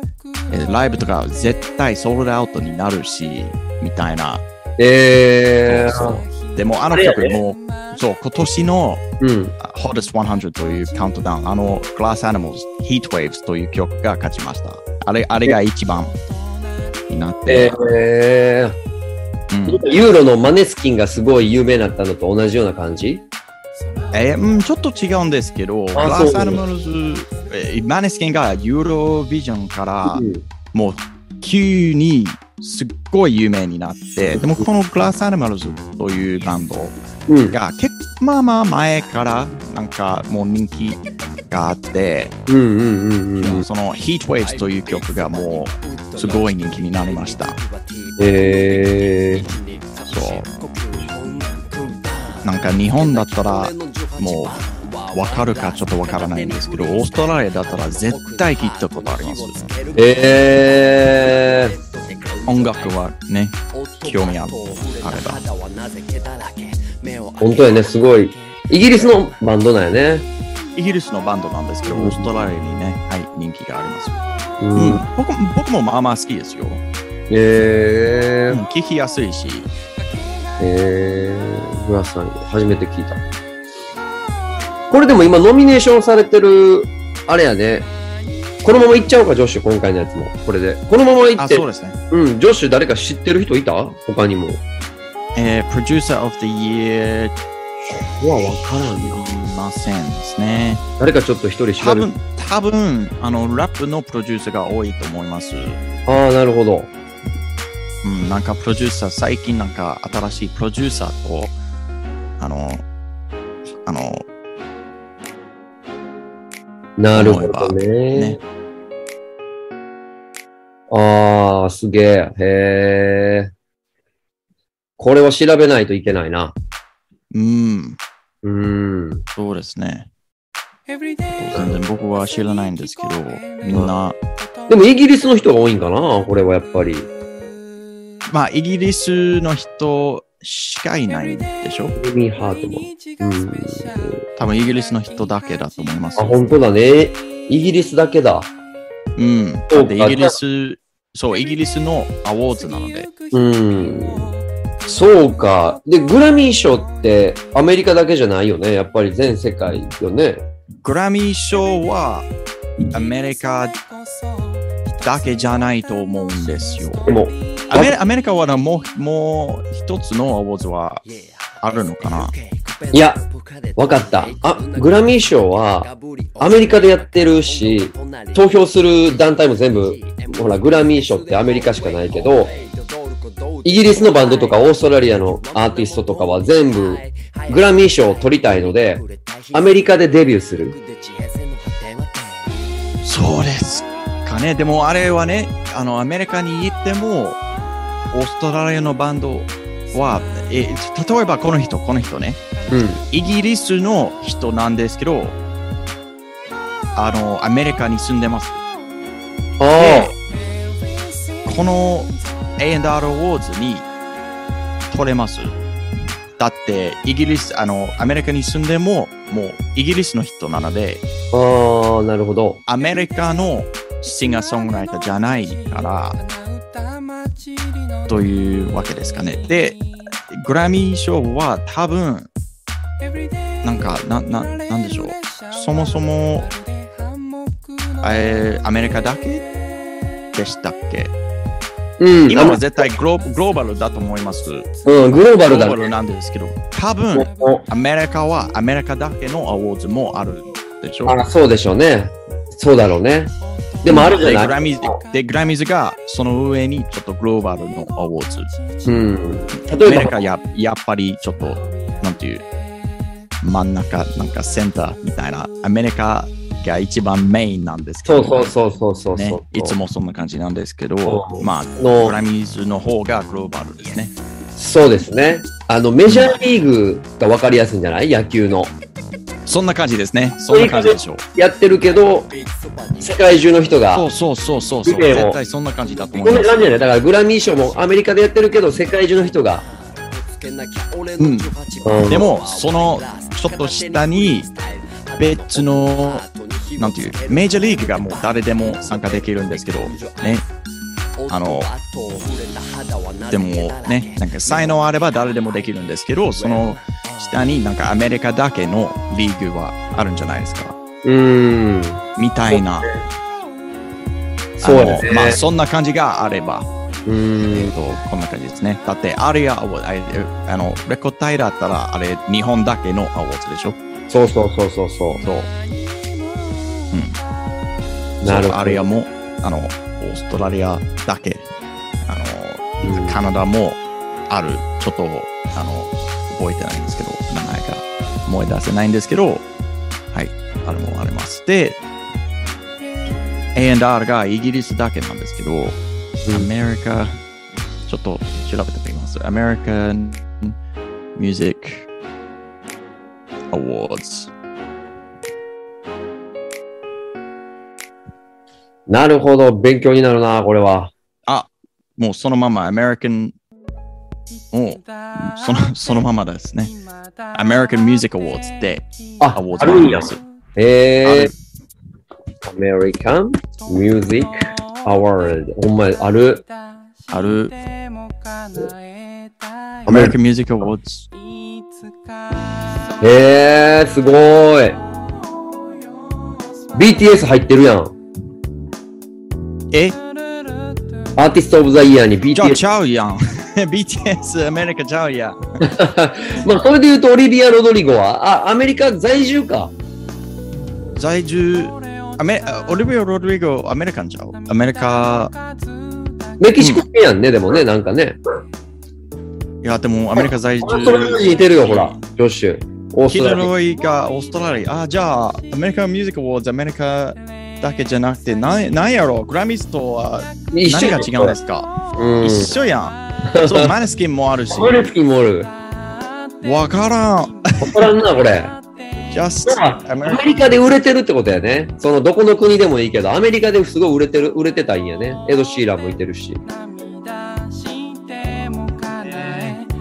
Speaker 1: えーライブとか絶対ソールドアウトになるし、みたいな。
Speaker 2: えー、
Speaker 1: そうでもあの
Speaker 2: あれ
Speaker 1: 曲
Speaker 2: や
Speaker 1: もう、そう、今年の
Speaker 2: うん。
Speaker 1: Hottest 100というカウントダウン、あの Glass Animals Heat Waves という曲が勝ちました。あれあれが一番になって、
Speaker 2: え
Speaker 1: うん
Speaker 2: ー、ユーロのマネスキンがすごい有名だったのと同じような感じ
Speaker 1: えーうんちょっと違うんですけど、
Speaker 2: あ
Speaker 1: Glass
Speaker 2: そう
Speaker 1: Animals、えーマネスキンが Eurovision から
Speaker 2: うん
Speaker 1: もう急にすっごい有名になって、でもこの Glass Animals というバンド
Speaker 2: うん。
Speaker 1: が結構まあまあ前からなんかもう人気があって、
Speaker 2: うんうんうんうん。
Speaker 1: その Heat Waves という曲がもうすごい人気になりました。
Speaker 2: えー、
Speaker 1: そうなんか日本だったらもう分かるかちょっと分からないんですけどオーストラリアだったら絶対聞いたことあります
Speaker 2: えー、
Speaker 1: 音楽はね興味あるあれば
Speaker 2: 本当やね、すごい。イギリスのバンドなんやね。
Speaker 1: イギリスのバンドなんですけどオーストラリアにね、はい、人気があります、
Speaker 2: う。
Speaker 1: うん僕も僕もまあまあ好きですよ、
Speaker 2: え
Speaker 1: うん
Speaker 2: ー、
Speaker 1: 聞きやすいし
Speaker 2: えー、グラスさん、初めて聞いた。これでも今ノミネーションされてる、あれやね。このままいっちゃおうか、ジョッシュ、今回のやつも。これで。このままいっ
Speaker 1: あ
Speaker 2: て、
Speaker 1: そう
Speaker 2: う
Speaker 1: ですね
Speaker 2: ん、ジョッシュ誰か知ってる人いた他にも。
Speaker 1: えー、Producer of the Year
Speaker 2: うわ、わからんな。
Speaker 1: いませんですね
Speaker 2: 誰かちょっと一人調
Speaker 1: 多
Speaker 2: べる
Speaker 1: 分。多分あのラップのプロデューサーが多いと思います
Speaker 2: ああ、なるほど。
Speaker 1: うん、なんかプロデューサー、最近なんか新しいプロデューサーと、あの、あの、
Speaker 2: なるほどね。
Speaker 1: ね
Speaker 2: ああ、すげえ。へえ。これを調べないといけないな。
Speaker 1: うん、
Speaker 2: うん。
Speaker 1: そうですね。全
Speaker 3: 全
Speaker 1: 然
Speaker 3: 然
Speaker 1: 僕
Speaker 3: 僕
Speaker 1: は
Speaker 3: は
Speaker 1: 知
Speaker 3: 知
Speaker 1: らな
Speaker 3: らないい
Speaker 1: ん
Speaker 3: ん
Speaker 1: で
Speaker 3: ですす
Speaker 1: け
Speaker 3: け
Speaker 1: ど
Speaker 3: ど、
Speaker 1: み
Speaker 3: み
Speaker 1: んな
Speaker 3: んな、
Speaker 2: でもイギリスの人が多いんかなこれはやっぱり。
Speaker 1: まあ、イギリスの人しかいないでしょ
Speaker 2: ベビーハートも。うん。
Speaker 1: 多分イギリスの人だけだと思います
Speaker 2: あ、。本当だね。イギリスだけだ。
Speaker 1: うん。
Speaker 2: そうか
Speaker 1: で、イギリス、そう、イギリスのアウォーズなので、
Speaker 2: うん。そうか。で、グラミー賞ってアメリカだけじゃないよね。やっぱり全世界よね。
Speaker 1: グラミー賞はアメリカだけじゃないと思うんですよ。
Speaker 2: でも、
Speaker 1: アメアメリカはなもう、もう一つのアウォーズはあるのかない
Speaker 2: や、わかった。あ、グラミー賞はアメリカでやってるし、投票する団体も全部、ほら、グラミー賞ってアメリカしかないけど、イギリスのバンドとかオーストラリアのアーティストとかは全部グラミー賞を取りたいので、アメリカでデビューする。
Speaker 1: そうですかね。でもあれはね、あの、アメリカに行っても、オーストラリアのバンドは、え例えばこの人、この人ね、
Speaker 2: うん。
Speaker 1: イギリスの人なんですけど、あの、アメリカに住んでます。
Speaker 2: ああ、
Speaker 1: この A&R アワーズに取れます。だって、イギリス、あの、アメリカに住んでも、もうイギリスの人なので、
Speaker 2: ああ、なるほど。
Speaker 1: アメリカのシンガーソングライターじゃないから、というわけですかね。で、グラミー賞は多分、なんか、な、な、なんでしょう。そもそも、えーアメリカだけでしたっけ
Speaker 2: うん、
Speaker 1: 今
Speaker 2: あ
Speaker 1: は絶対グログローバルだと思います。
Speaker 2: うん、グローバ
Speaker 1: グロ
Speaker 2: ル
Speaker 1: ー
Speaker 2: だ
Speaker 1: バル
Speaker 2: ね。
Speaker 1: なんですけど、多分、アメリカはアメリカだけのアワーズもあるでしょ
Speaker 2: あら、そうでしょうね。そうだろうね。でもあるじ
Speaker 1: で
Speaker 2: ゃ
Speaker 1: グ
Speaker 2: ない
Speaker 1: ラミーで、グラミーズがその上にちょっとグローバルのアワーズ。
Speaker 2: うん。
Speaker 1: ア
Speaker 2: 例
Speaker 1: メ
Speaker 2: え
Speaker 1: リ
Speaker 2: ば
Speaker 1: カ、ややっぱりちょっと、なんていう、真ん中、なんかセンターみたいな、アメリカが一番メインなんですけ
Speaker 2: そ
Speaker 1: ど、
Speaker 2: うそうそうそうそうそう。
Speaker 1: ね、いつもそんな感じなんですけ
Speaker 2: そ
Speaker 1: ど、
Speaker 2: う
Speaker 1: まあ、
Speaker 2: の
Speaker 1: グラミーズの方がグローバルですね。
Speaker 2: そうですね。あの、メジャーリーグが分かりやすいんじゃない野球の。
Speaker 1: そんな感じですね。そんな感じでしょう。
Speaker 2: やってるけど、世界中の人が。
Speaker 1: そうそうそうそうそう。
Speaker 2: リレーを
Speaker 1: 絶対そんな感じだと思
Speaker 2: こ
Speaker 1: い
Speaker 2: ん
Speaker 1: ま
Speaker 2: な
Speaker 1: す
Speaker 2: 感じ。じゃないだからグラミー賞もアメリカでやってるけど、世界中の人が。
Speaker 1: うん
Speaker 2: うん
Speaker 1: でも、そのちょっと下に、別の、なんていう、メジャーリーグがもう誰でも参加できるんですけど、ね。あの、でもね、なんか才能あれば誰でもできるんですけど、その下になんかアメリカだけのリーグはあるんじゃないですか。
Speaker 2: うーん。
Speaker 1: みたいな。
Speaker 2: そうで
Speaker 1: あ
Speaker 2: す
Speaker 1: のまあ、
Speaker 2: ね。
Speaker 1: そんな感じがあれば、
Speaker 2: う
Speaker 1: え
Speaker 2: ー
Speaker 1: っ
Speaker 2: ん。
Speaker 1: と、こんな感じですね。だって、アリアアワード、あえあの、レコタイだったら、あれ、日本だけのアワードでしょ
Speaker 2: そうそうそうそうそ
Speaker 1: そう。
Speaker 2: う。なる
Speaker 1: そう
Speaker 2: ほ
Speaker 1: ア
Speaker 2: ど
Speaker 1: リア。も、あの、オーストラリアだけ、あ
Speaker 2: うん
Speaker 1: の、カナダもある、ちょっと、あの、覚えてないんですけど、名前が思い出せないんですけど、はい、あれもあります。で、A&R がイギリスだけなんですけど、アメリカ、ちょっと調べてみます。アメリカン・ミュージック・アワーズ。
Speaker 2: なるほど。勉強になるな、これは。
Speaker 1: もうそのまま、アメリカン、もう、そのそのままですね。American Music Awards で
Speaker 2: あ
Speaker 1: アワー
Speaker 2: あ
Speaker 1: ド
Speaker 2: るんや
Speaker 1: です。あ
Speaker 2: え
Speaker 1: れ
Speaker 2: ー、アメリカン・ミュージック・アワード。ほんまやある。
Speaker 1: ある
Speaker 2: アメリ
Speaker 1: American Music Awards。
Speaker 2: えー、すごーい。BTS 入ってるやん。
Speaker 1: え
Speaker 2: アーティスト・オブ・ザ・イヤーに
Speaker 1: じゃあ
Speaker 2: BTS。
Speaker 1: ちゃうや ん。BTS アメリカちゃうやん。
Speaker 2: まあ、それで言うと、オリビア・ロドリゴは、あ、アメリカ在住か。
Speaker 1: 在住、アメオリビア・ロドリゴ、アメリカンちゃう。アメリカ、
Speaker 2: メキシコ系やんね、でもね、なんかね。
Speaker 1: いやでもアメリカ在
Speaker 2: オーストラリア
Speaker 1: 住。
Speaker 2: 人似てるよ、ほら。ジョッシュ。オース
Speaker 1: ヒ
Speaker 2: ト
Speaker 1: ド
Speaker 2: ラリア。
Speaker 1: ロイがオーストラリア。あ、じゃあ、アメリカンミュージックアワーズ、アメリカだけじゃなくて、なんなんやろグラミスとは
Speaker 2: 一
Speaker 1: 何
Speaker 2: 緒
Speaker 1: が
Speaker 2: やん
Speaker 1: 違うんですか
Speaker 2: うん。
Speaker 1: 一緒やん。そう、マネスキンもあるし。
Speaker 2: マネスキンもおる。
Speaker 1: わからん。
Speaker 2: わからんな、これ。
Speaker 1: Just
Speaker 2: だからア
Speaker 1: America
Speaker 2: メリカで売れてるってことやね。その、どこの国でもいいけど、アメリカですごい売れてる、売れてたんやね。エド・シーランもいてるし。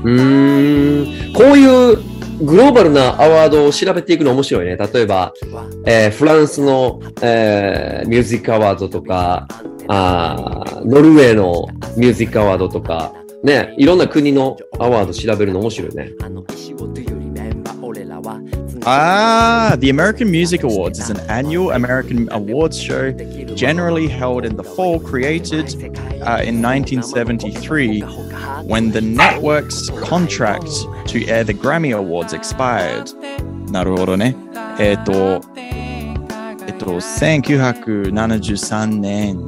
Speaker 2: うーん。こういうグローバルなアワードを調べていくの面白いね。例えば、えーフランスの、えーミュージックアワードとか、あーノルウェーのミュージックアワードとか、ね、いろんな国のアワード調べるの面白いね。
Speaker 1: Ah, the American Music Awards is an annual American awards show generally held in the fall, created uh, in 1973 when the network's contract to air the Grammy Awards expired. なるほどね。えっ、と、えっ、と、1973年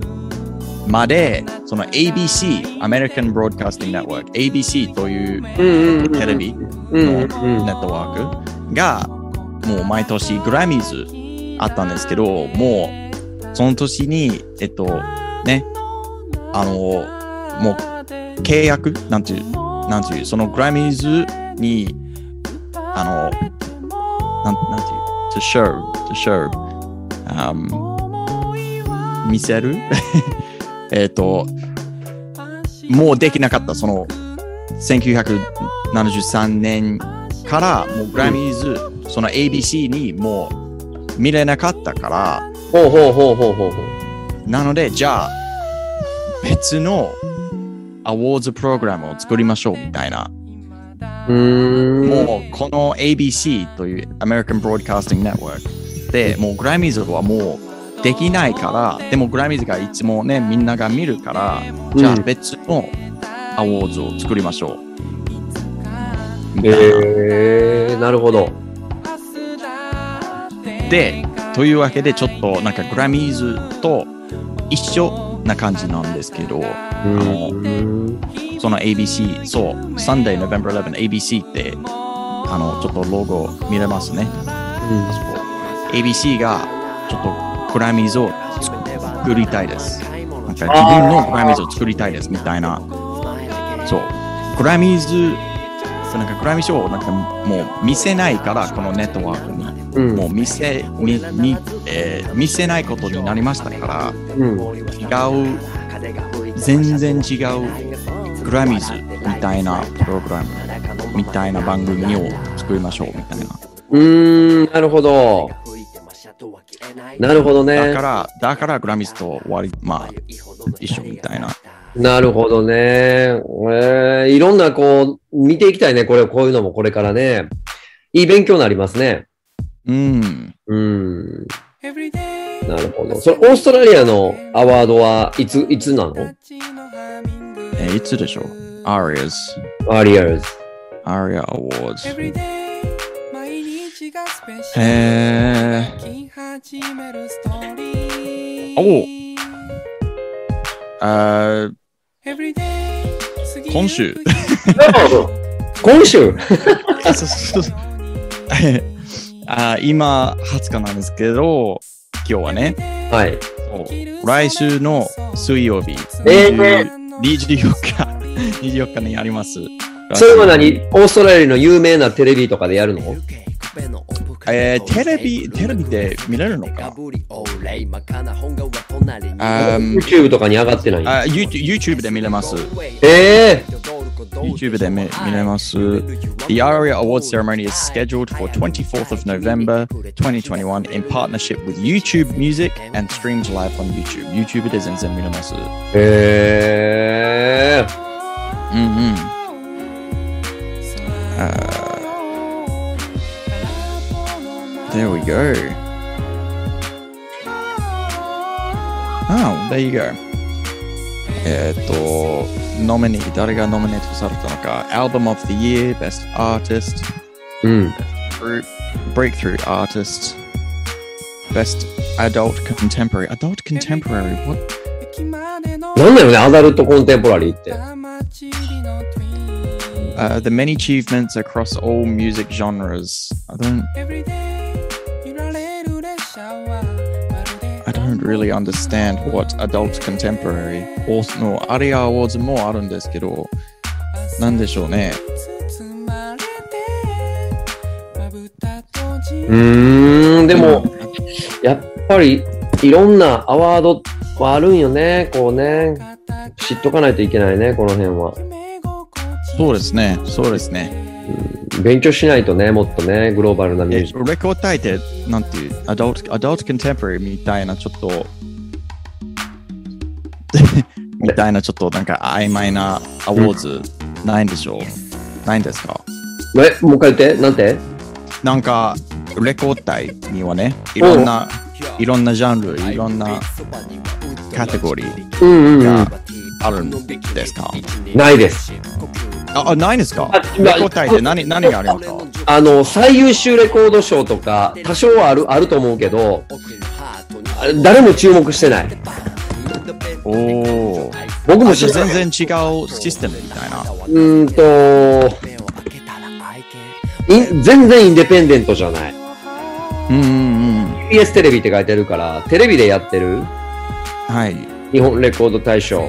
Speaker 1: まで、その ABC、American Broadcasting Network、ABC という
Speaker 2: うんうんうん。
Speaker 1: テレビ。
Speaker 2: うんうんうん。
Speaker 1: ネットワークがもう毎年グラミーズあったんですけどもうその年にえっとねあのもう契約なんていうなんていうそのグラミーズにあのなんなんていう to show to show、um, 見せる えっともうできなかったその1973年からもうグラミーズ、その ABC にもう見れなかったから
Speaker 2: ほうほうほうほうほうほう。
Speaker 1: なのでじゃあ別のアワーズプログラムを作りましょうみたいな
Speaker 2: うーん。
Speaker 1: もうこの ABC という American Broadcasting Network でもうグラミーズはもうできないからでもグラミーズがいつもねみんなが見るからじゃあ別のアワーズを作りましょう。みたいな
Speaker 2: えー、なるほど。
Speaker 1: でというわけでちょっとなんかグラミーズと一緒な感じなんですけど
Speaker 2: うーん。
Speaker 1: その ABC そう Sunday November 11 ABC ってあのちょっとロゴ見れますねあそこ ABC がちょっとグラミーズを作りたいですなんか自分のグラミーズを作りたいですみたいなそうグラミーズそうなんかグラミー賞をなんかもう見せないからこのネットワークに
Speaker 2: うん。
Speaker 1: もう見せにに、えー見せないことになりましたから
Speaker 2: うん。
Speaker 1: 違う全然違うグラミーズみたいなプログラムみたいな番組を作りましょうみたいな
Speaker 2: うーん。なるほど。なるほど
Speaker 1: だ
Speaker 2: ね
Speaker 1: か。らだからグラミーズと割りまあ一緒みたいな
Speaker 2: なるほどね。えー、いろんなこう、見ていきたいね。これ、こういうのもこれからね。いい勉強になりますね。
Speaker 1: うん
Speaker 2: うん。なるほど。それ、オーストラリアのアワードはいつ、いつなの
Speaker 1: えーいつでしょう ?Arias
Speaker 2: アリア ルズ。
Speaker 1: Aria Awards
Speaker 3: え
Speaker 1: おあー
Speaker 3: ー、
Speaker 1: 今週
Speaker 2: 今週
Speaker 1: そうそうそうあー今20日なんですけど今日はね
Speaker 2: はい。
Speaker 1: そう 来週の水曜日
Speaker 2: えー
Speaker 1: 20 24日24日にやります
Speaker 2: それは何オーストラリアの有名なテレビとかでやるの
Speaker 3: え
Speaker 1: え
Speaker 3: ー、
Speaker 1: ー
Speaker 3: テ
Speaker 1: テ
Speaker 3: レ
Speaker 1: レ
Speaker 3: ビ
Speaker 1: ビ、
Speaker 3: テ
Speaker 1: テ
Speaker 3: レ
Speaker 1: レ
Speaker 3: ビ
Speaker 1: ビ
Speaker 3: で
Speaker 1: で
Speaker 3: 見
Speaker 1: 見
Speaker 3: れ
Speaker 1: れ
Speaker 3: る
Speaker 1: る
Speaker 3: の
Speaker 1: の
Speaker 3: か
Speaker 1: か
Speaker 2: ?YouTube とかに上がってない
Speaker 1: あ YouTube, YouTube で見れます。
Speaker 2: え
Speaker 1: YouTube で見見れます。The ARIA Awards Ceremony is scheduled for 24th of November 2021 in partnership with YouTube Music and streams live on YouTube. YouTube で全然見れます。うん
Speaker 2: ー、え
Speaker 1: うん。There we go. Oh, there you go. えーっと、ノミネート、誰がノミネートされたのか。Album of the Year, Best Artist,
Speaker 2: ー、うん。
Speaker 1: Group, Breakthrough Artist, Best Adult Contemporary. Adult Contemporary? What?
Speaker 2: なんだよね、アダルトコンテンポラリーって。
Speaker 1: Uh, the many achievements across all music genres. I don't, I don't really understand what adult contemporary or no, アリアアワーズもあるんですけど、なんでしょうね。
Speaker 2: うーん、でも、やっぱり、いろんなアワードはあるんよね、こうね。知っとかないといけないね、この辺は。
Speaker 1: そうですね、そうですね。
Speaker 2: 勉強しないとね、もっとね、グローバルなミュー
Speaker 1: え
Speaker 2: ジ、ッ
Speaker 1: レコード大抵、なんていう、アダルト、アダルトコンテンポラリーみたいな、ちょっ と、みたいな、ちょっとなんか曖昧なアワーズ、ないんでしょうないんですか
Speaker 2: ク。え、もう一回言って、なんて
Speaker 1: なんか、レコード大にはね、いろんな、いろんなジャンル、いろんなカテゴリー
Speaker 2: うんうんうん。
Speaker 1: があるんですか
Speaker 2: ないです。
Speaker 1: あ、あないんですか
Speaker 2: あ
Speaker 1: レコード大って何、何がありますか
Speaker 2: あの、最優秀レコード賞とか、多少はある、あると思うけど、あれ誰も注目してない。
Speaker 1: おお。
Speaker 2: 僕も
Speaker 1: あ
Speaker 2: 知
Speaker 1: じゃ
Speaker 2: ら
Speaker 1: あ
Speaker 2: ない
Speaker 1: 全然違うシステムみたいな。
Speaker 2: うーんと、イン全然インデペンデントじゃない。
Speaker 1: うんうんうん。
Speaker 2: TBS テレビって書いてるから、テレビでやってる
Speaker 1: はい。
Speaker 2: 日本レコード大賞。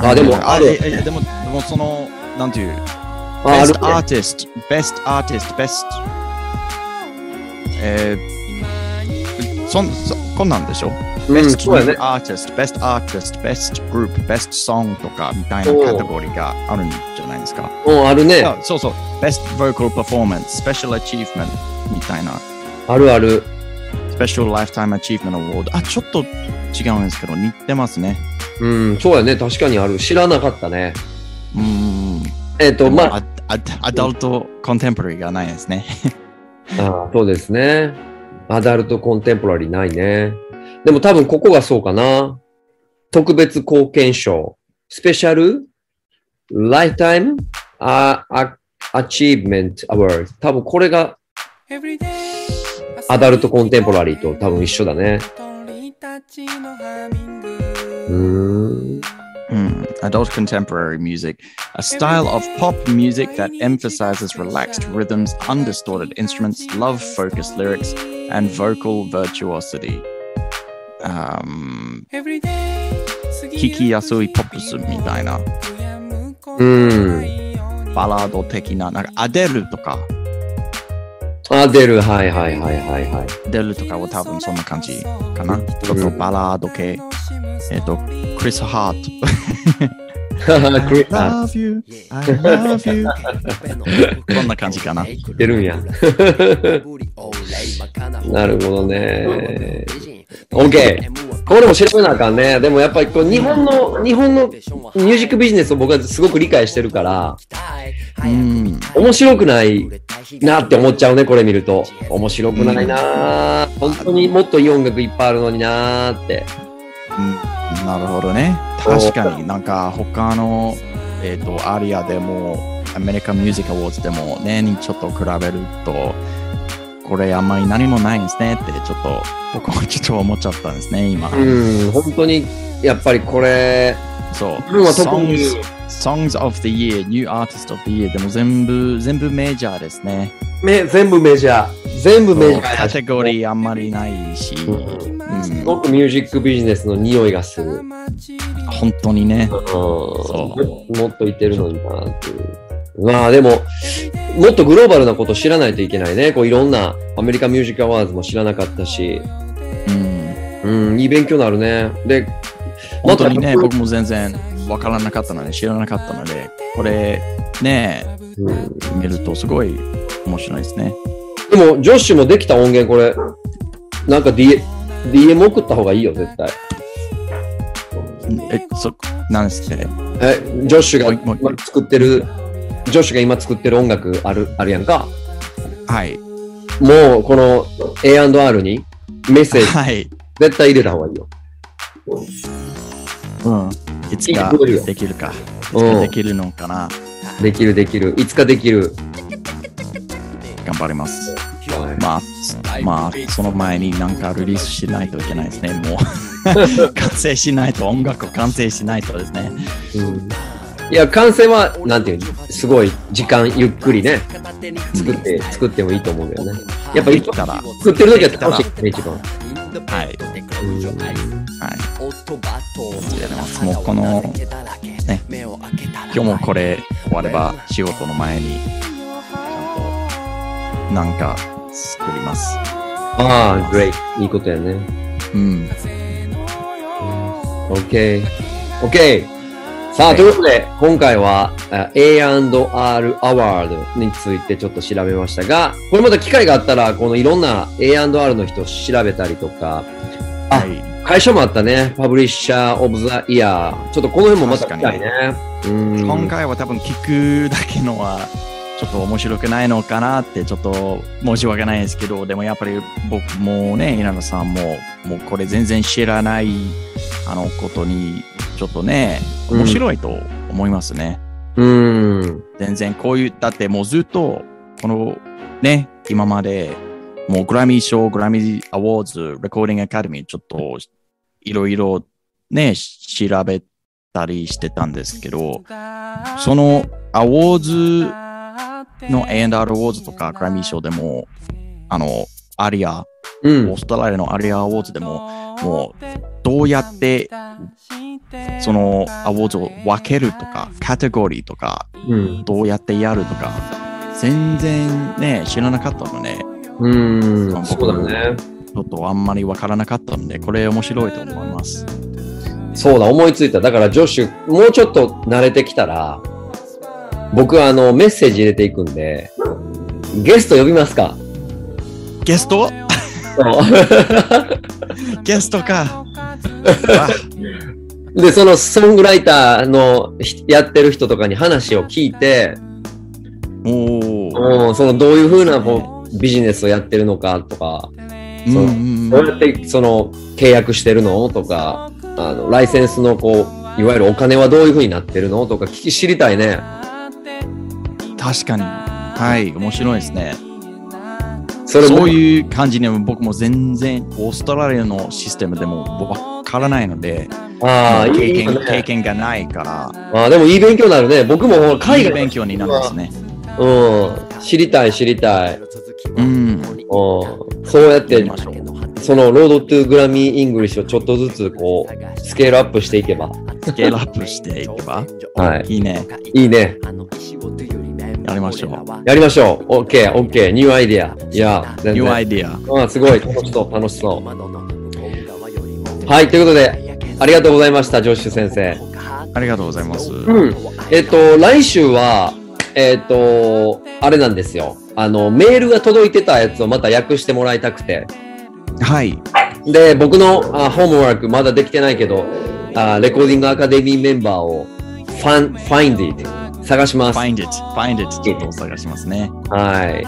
Speaker 2: あ、でも、あ
Speaker 1: え
Speaker 2: る。
Speaker 1: えでも、でもその、なんていう、
Speaker 2: あある
Speaker 1: best。artist, best artist, best えー、そんそこんなんでしょ
Speaker 2: うん、
Speaker 1: ?best
Speaker 2: そうやね。
Speaker 1: artist, best artist, best group, best song とかみたいな
Speaker 2: おう
Speaker 1: カテゴリーがあるんじゃないですか。
Speaker 2: うん、あるね。
Speaker 1: あそうそう、best vocal performance, special achievement みたいな、
Speaker 2: あるある。
Speaker 1: special lifetime achievement award。あ、ちょっと違うんですけど、似てますね。
Speaker 2: うん、そうやね。確かにある。知らなかったね。
Speaker 1: うーん。
Speaker 2: えっ、と、まあ、
Speaker 1: あ、アダアダルトコンテンポラリーがないですね。
Speaker 2: あーそうですね。アダルトコンテンポラリーないね。でも多分ここがそうかな。特別貢献賞、スペシャル、ライフタイム、アチーブメントアワード。多分これが
Speaker 3: アダルトコンテンポラリーと多分一緒だね。
Speaker 2: うーん
Speaker 1: Hmm, Adult contemporary music, a style of pop music that emphasizes relaxed rhythms, undistorted instruments, love focused lyrics, and vocal virtuosity. Um,
Speaker 3: 聞きやすいポップスみたいな。
Speaker 2: ん
Speaker 1: バラード的な、なんかアデルとか、
Speaker 2: あ、出る。はいはいはいはいはい。
Speaker 1: アデルとかは多分そんな感じかな。ちょっ
Speaker 2: う
Speaker 1: と
Speaker 2: ん
Speaker 1: バラード系。えっ、と、クリス・ハ ート。
Speaker 2: クリ
Speaker 1: I
Speaker 2: あ
Speaker 1: love you, I love you.
Speaker 4: こんな感じかな。
Speaker 2: 出るんや
Speaker 4: なるほどね。
Speaker 2: OK こ
Speaker 4: こ
Speaker 2: れ
Speaker 4: れ
Speaker 2: も
Speaker 4: も
Speaker 2: 調
Speaker 4: 調
Speaker 2: べ
Speaker 4: べ
Speaker 2: なあ
Speaker 4: なあ
Speaker 2: か
Speaker 4: か
Speaker 2: ん
Speaker 4: ん
Speaker 2: ね。
Speaker 4: ね。
Speaker 2: で
Speaker 4: で
Speaker 2: も
Speaker 4: も
Speaker 2: や
Speaker 4: や
Speaker 2: っ
Speaker 4: っ
Speaker 2: ぱ
Speaker 4: ぱ
Speaker 2: り
Speaker 4: り
Speaker 2: こう
Speaker 4: こう
Speaker 2: 日
Speaker 4: 日
Speaker 2: 本
Speaker 4: 本
Speaker 2: の、
Speaker 4: の、
Speaker 2: 日
Speaker 4: 日
Speaker 2: 本
Speaker 4: 本
Speaker 2: の
Speaker 4: の
Speaker 2: ミ
Speaker 4: ミ
Speaker 2: ュー
Speaker 4: ュー
Speaker 2: ジ
Speaker 4: ジ
Speaker 2: ック
Speaker 4: ック
Speaker 2: ビ
Speaker 4: ビ
Speaker 2: ジ
Speaker 4: ジ
Speaker 2: ネ
Speaker 4: ネ
Speaker 2: ス
Speaker 4: ス
Speaker 2: を
Speaker 4: を
Speaker 2: 僕
Speaker 4: 僕
Speaker 2: は
Speaker 4: は
Speaker 2: す
Speaker 4: す
Speaker 2: ごく
Speaker 4: ごく
Speaker 2: 理
Speaker 4: 理
Speaker 2: 解
Speaker 4: 解
Speaker 2: し
Speaker 4: してて
Speaker 2: る
Speaker 4: る
Speaker 2: か
Speaker 4: からら、、
Speaker 1: うん
Speaker 2: 面白くないなって思っちゃうね、これ見ると。面白くないなあ本当にもっといい音楽いっぱいあるのになあって。
Speaker 1: うんなるほどね。確かになんか他の、えっとアリアでもアメリカミュージックアワーズでもねにちょっと比べるとこれあんまり何もないんですねってちょっと僕はちょっと思っちゃったんですね今。
Speaker 2: うん、本当にやっぱりこれ、
Speaker 1: そう。
Speaker 2: 自分は特に
Speaker 1: Songs, Songs of the Year, New Artist of the Year でも全部全部メジャーですね。
Speaker 2: め全部メジャー。全部メジャ
Speaker 1: カ
Speaker 2: ーだし。
Speaker 1: テゴリーあんまりないし、
Speaker 2: うんす
Speaker 1: うん
Speaker 2: ごくミュージックビジネスの匂いがする。うん
Speaker 1: 本当にね。
Speaker 2: も
Speaker 1: う
Speaker 2: もっといてるのになっていう。まあでも、もっとグローバルなこと知らないといけないね。こういろんなアメリカミュージックアワーズも知らなかったし、
Speaker 1: うん、
Speaker 2: うん、いい勉強になるね。で、
Speaker 1: 本当にね、
Speaker 2: もっと
Speaker 1: 僕も全然わからなかったので、知らなかったので、これね、
Speaker 2: うん
Speaker 1: 見るとすごい面白いですね。
Speaker 2: でも、ジョッシュもできた音源、これ、なんか D DM 送った方がいいよ、絶対。
Speaker 1: え、そ、なんですか
Speaker 2: え、ジョッシュが
Speaker 1: もう一もう一
Speaker 2: 今作ってる、ジョッシュが今作ってる音楽ある、あるやんか。
Speaker 1: はい。
Speaker 2: もう、この A&R にメッセージ
Speaker 1: はい。
Speaker 2: 絶対入れた方がいいよ。
Speaker 1: うん。いつかできるか。いつ
Speaker 2: う
Speaker 1: か
Speaker 2: ん
Speaker 1: できるのかな。
Speaker 2: できるできる。いつかできる。
Speaker 1: 頑張ります。まあ、まあ、その前になんかリリースしないといけないですね。も う、 完成しないと、音楽を完成しないとですね。
Speaker 2: うんいや、完成は、なんていうのすごい時間ゆっくりね、作って、作ってもいいと思うけどね。やっぱ
Speaker 1: できたら
Speaker 2: 作ってる時は楽しいね、一番。
Speaker 1: はい。はい。
Speaker 4: い
Speaker 1: やでももうこのね今日もこれ終われば、仕事の前に、ちゃんと、なんか、作ります。
Speaker 2: ああ、グレイ。いいことやね。
Speaker 1: うん。
Speaker 2: OK。OK。さあ、ということで、今回はあ A&R アワードについてちょっと調べましたが、これまた機会があったら、このいろんな A&R の人を調べたりとか、あ
Speaker 1: はい。
Speaker 2: 会社もあったね。パブリッシャー・オブ・ザ・イヤー。ちょっとこの辺もまた機会ね。うん。
Speaker 1: 今回は多分聞くだけのは、ちょっと面白くないのかなって、ちょっと申し訳ないですけど、でもやっぱり僕もね、稲野さんも、もうこれ全然知らない、あのことに、ちょっとね、
Speaker 2: うん
Speaker 1: 面白いと思いますね。
Speaker 2: うん。
Speaker 1: 全然こういう、だってもうずっと、このね、今まで、もうグラミー賞、グラミーアワーズ、レコーディングアカデミー、ちょっといろいろね、し調べたりしてたんですけど、そ
Speaker 3: その
Speaker 1: のアワーズの
Speaker 3: の
Speaker 1: A&R アワ
Speaker 3: A&R
Speaker 1: ー
Speaker 3: ー
Speaker 1: ズ
Speaker 3: ズ
Speaker 1: と
Speaker 3: と
Speaker 1: かグ
Speaker 3: かグ
Speaker 1: ラ
Speaker 3: ラ
Speaker 1: ミ
Speaker 3: ミ
Speaker 1: ー
Speaker 3: ー
Speaker 1: 賞
Speaker 3: 賞
Speaker 1: で
Speaker 3: で
Speaker 1: も
Speaker 3: も、
Speaker 1: あの、アリア、オ
Speaker 2: うん
Speaker 1: ー。ストラリアのアリアアワーズでも、
Speaker 3: もう
Speaker 1: どうや
Speaker 3: や
Speaker 1: っ
Speaker 3: って
Speaker 1: てそ
Speaker 3: その
Speaker 1: のアワ
Speaker 3: ア
Speaker 1: ー
Speaker 3: ワー
Speaker 1: ズ
Speaker 3: ズ
Speaker 1: を
Speaker 3: を
Speaker 1: 分
Speaker 3: 分
Speaker 1: け
Speaker 3: け
Speaker 1: る
Speaker 3: る
Speaker 1: と
Speaker 3: と
Speaker 1: か
Speaker 3: か、
Speaker 1: カテゴリーとか、
Speaker 2: うん。
Speaker 1: どうやってやるとか、全然ね、知らなかったのね。
Speaker 2: うん。そうだね。
Speaker 1: ちょっとあんまりわからなかったので、これ面白いと思います。
Speaker 2: そうだ、思いついた。だから、ジョッシュ、もうちょっと慣れてきたら、僕はあの、メッセージ入れていくんで、ゲスト呼びますか
Speaker 1: ゲスト ゲストか。あ
Speaker 2: で、そのソングライターのひやってる人とかに話を聞いて、うん、そのどういうふうなこうビジネスをやってるのかとか、
Speaker 1: うん
Speaker 2: そう
Speaker 1: うん
Speaker 2: どうやってその契約してるのとか、あの、ライセンスのこう、いわゆるお金はどういうふうになってるのとか聞き知りたいね。
Speaker 1: 確かに。はい、面白いですね。
Speaker 2: それ
Speaker 1: そ
Speaker 2: も
Speaker 1: ういう感じでも僕も全然オーストラリアのシステムでもわからないので、
Speaker 2: ああ、い
Speaker 1: 経
Speaker 2: いいいよ
Speaker 1: 験経
Speaker 2: ね。
Speaker 1: 験がないから、
Speaker 2: ああ、でもいい勉強になるね。僕もほら
Speaker 1: 海
Speaker 2: 海外
Speaker 1: 外勉強になりますね。
Speaker 2: うん。知りたい、知りたい。
Speaker 1: うん
Speaker 2: うん。そうやっ
Speaker 1: や
Speaker 2: て
Speaker 1: り、ましょう
Speaker 2: そのロードトゥグラミーイングリッシュをちょっとずつこう、スケールアップしていけば。
Speaker 1: スケールアップしていけば。
Speaker 2: はい。
Speaker 1: いいね。
Speaker 2: いいね。
Speaker 1: やりましょう。
Speaker 2: やりましょう。OK、OK、ニューアイディア。いや、全
Speaker 1: New
Speaker 2: 然。
Speaker 1: idea。
Speaker 2: うん、すごい。楽しそう、楽しそう。はい、ということで、ありがとうございました、ジョッシュ先生。
Speaker 1: ありがとうございます。
Speaker 2: うん。えっと、来週は、えっと、あれなんですよ。あの、メールが届いてたやつをまた訳してもらいたくて。
Speaker 1: はい。
Speaker 2: で、僕のあホームワークまだできてないけどあ、レコーディングアカデミーメンバーをファン、ファインディー探します。
Speaker 1: Find it, find it ちょっと探しますね。
Speaker 2: はい。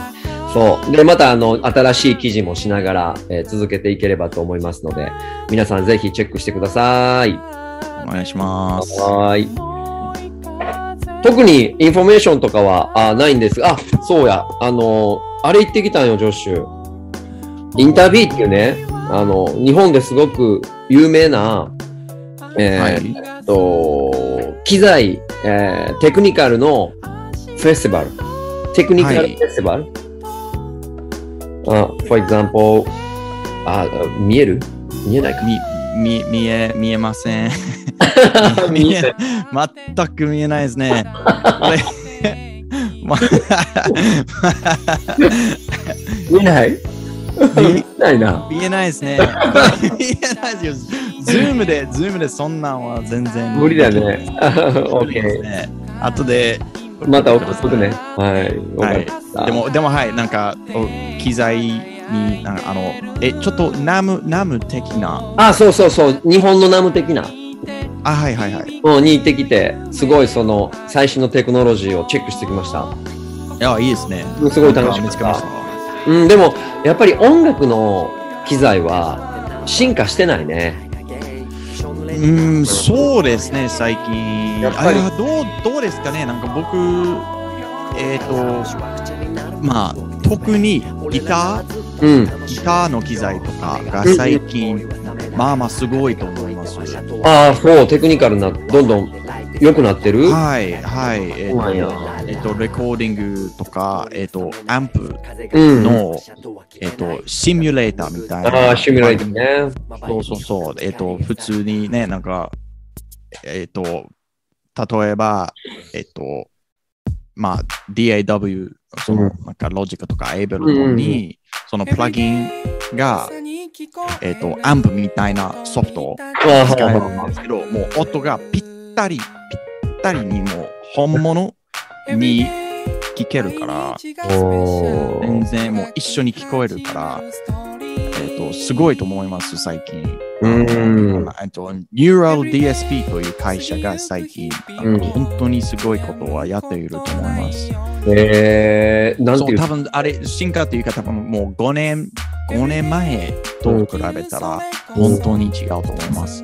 Speaker 2: そう。で、また、あの、新しい記事もしながら、えー続けていければと思いますので、皆さんぜひチェックしてください。
Speaker 1: お願いします。
Speaker 2: はーい。特にインフォメーションとかはあないんですが、あ、そうや、あの、あれ行ってきたんよ、ジョッシュ。インタービーっていうね、あの、日本ですごく有名な、えー
Speaker 1: はい。
Speaker 2: えっと、機材、えーテクニカルのフェスティバル。テクニカル
Speaker 1: は
Speaker 2: フ
Speaker 1: い
Speaker 2: ェスティバル、あ for example, あ、見える見えないか。
Speaker 1: み、み、見え、見えません。
Speaker 2: 見えない。
Speaker 1: 全く見えないですね。 これま
Speaker 2: 見えない見えないな。
Speaker 1: 見えないですね。見えないですよ。ズームで、ズームでそんなんは全然。
Speaker 2: 無理 だね。
Speaker 1: 無理です
Speaker 2: ー
Speaker 1: ね。後で。
Speaker 2: また送っとくね。。はい。
Speaker 1: はい
Speaker 2: わかった
Speaker 1: で、も、でも、はい、なんか、お機材に、なんかあの、え、ちょっとナム、ナム的な。
Speaker 2: あ、そうそうそう。日本のナム的な。
Speaker 1: あ、はいはいはい。
Speaker 2: うん、に行ってきて、すごいその、最新のテクノロジーをチェックしてきました。
Speaker 1: いや、いいですね。
Speaker 2: うんすごい楽し
Speaker 1: 見
Speaker 2: み
Speaker 1: つけました。
Speaker 2: うん、でも、やっぱり音楽の機材は進化してないね。
Speaker 1: うーん、そうですね、最近。
Speaker 2: やっぱり
Speaker 1: あどう、どうですかね、なんか僕、えっ、と、まあ、特にギター、
Speaker 2: うん。
Speaker 1: ギターの機材とかが最近、まあまあすごいと思います。
Speaker 2: ああ、そう、テクニカルな、どんどん良くなってる
Speaker 1: はい、はい、えっ、
Speaker 2: そうなん
Speaker 1: と、えっと、レコーディングとか、えっ、と、アンプ
Speaker 2: うん
Speaker 1: の、えっ、と、シミュレーターみたいな。
Speaker 2: ああ、シミュレーターね。
Speaker 1: そうそうそう。えっ、と、普通にね、なんか、えっ、と、例えば、えっ、と、まあ、DAW、その、なんか、ロジックとか、エイベルト
Speaker 2: うん
Speaker 1: に、そのプラグインが、えっ、と、アンプみたいなソフトを
Speaker 2: ああ、
Speaker 1: 使え
Speaker 2: は
Speaker 1: るんですけど、もう音がぴったり、ぴったりにもう、本物に聞けるから、
Speaker 2: い。お
Speaker 1: 全
Speaker 2: ー
Speaker 1: 然もう一緒に聞こえるから、えっ、と、すごいと思います、最近。
Speaker 2: うん。
Speaker 1: えっと、Neural DSP という会社が最近、あの
Speaker 2: うん
Speaker 1: 本当にすごいことはやっていると思います。
Speaker 2: えー、なん
Speaker 1: そ
Speaker 2: て
Speaker 1: う、
Speaker 2: いう
Speaker 1: 多分あれ、進化というか、多分もう5年、5年前と比べたら、本当に違うと思います。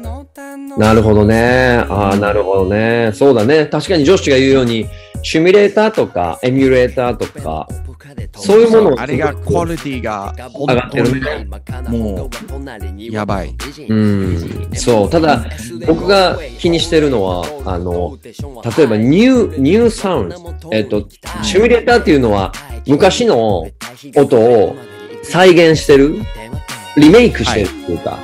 Speaker 2: なるほどね。ああ、なるほどね。そうだね。確かに女子が言うように、シミュレーターとか、エミュレーターとか、そういうものを
Speaker 1: あれが、クオリティが本
Speaker 2: 上がって
Speaker 1: 当
Speaker 2: る
Speaker 1: に
Speaker 2: ね。
Speaker 1: もう、やばい。
Speaker 2: うん。そう。ただ、僕が気にしてるのは、あの、例えばニュー、ニューサウンド。えっと、シミュレーターっていうのは、昔の音を再現してるリメイクしてるっていうか、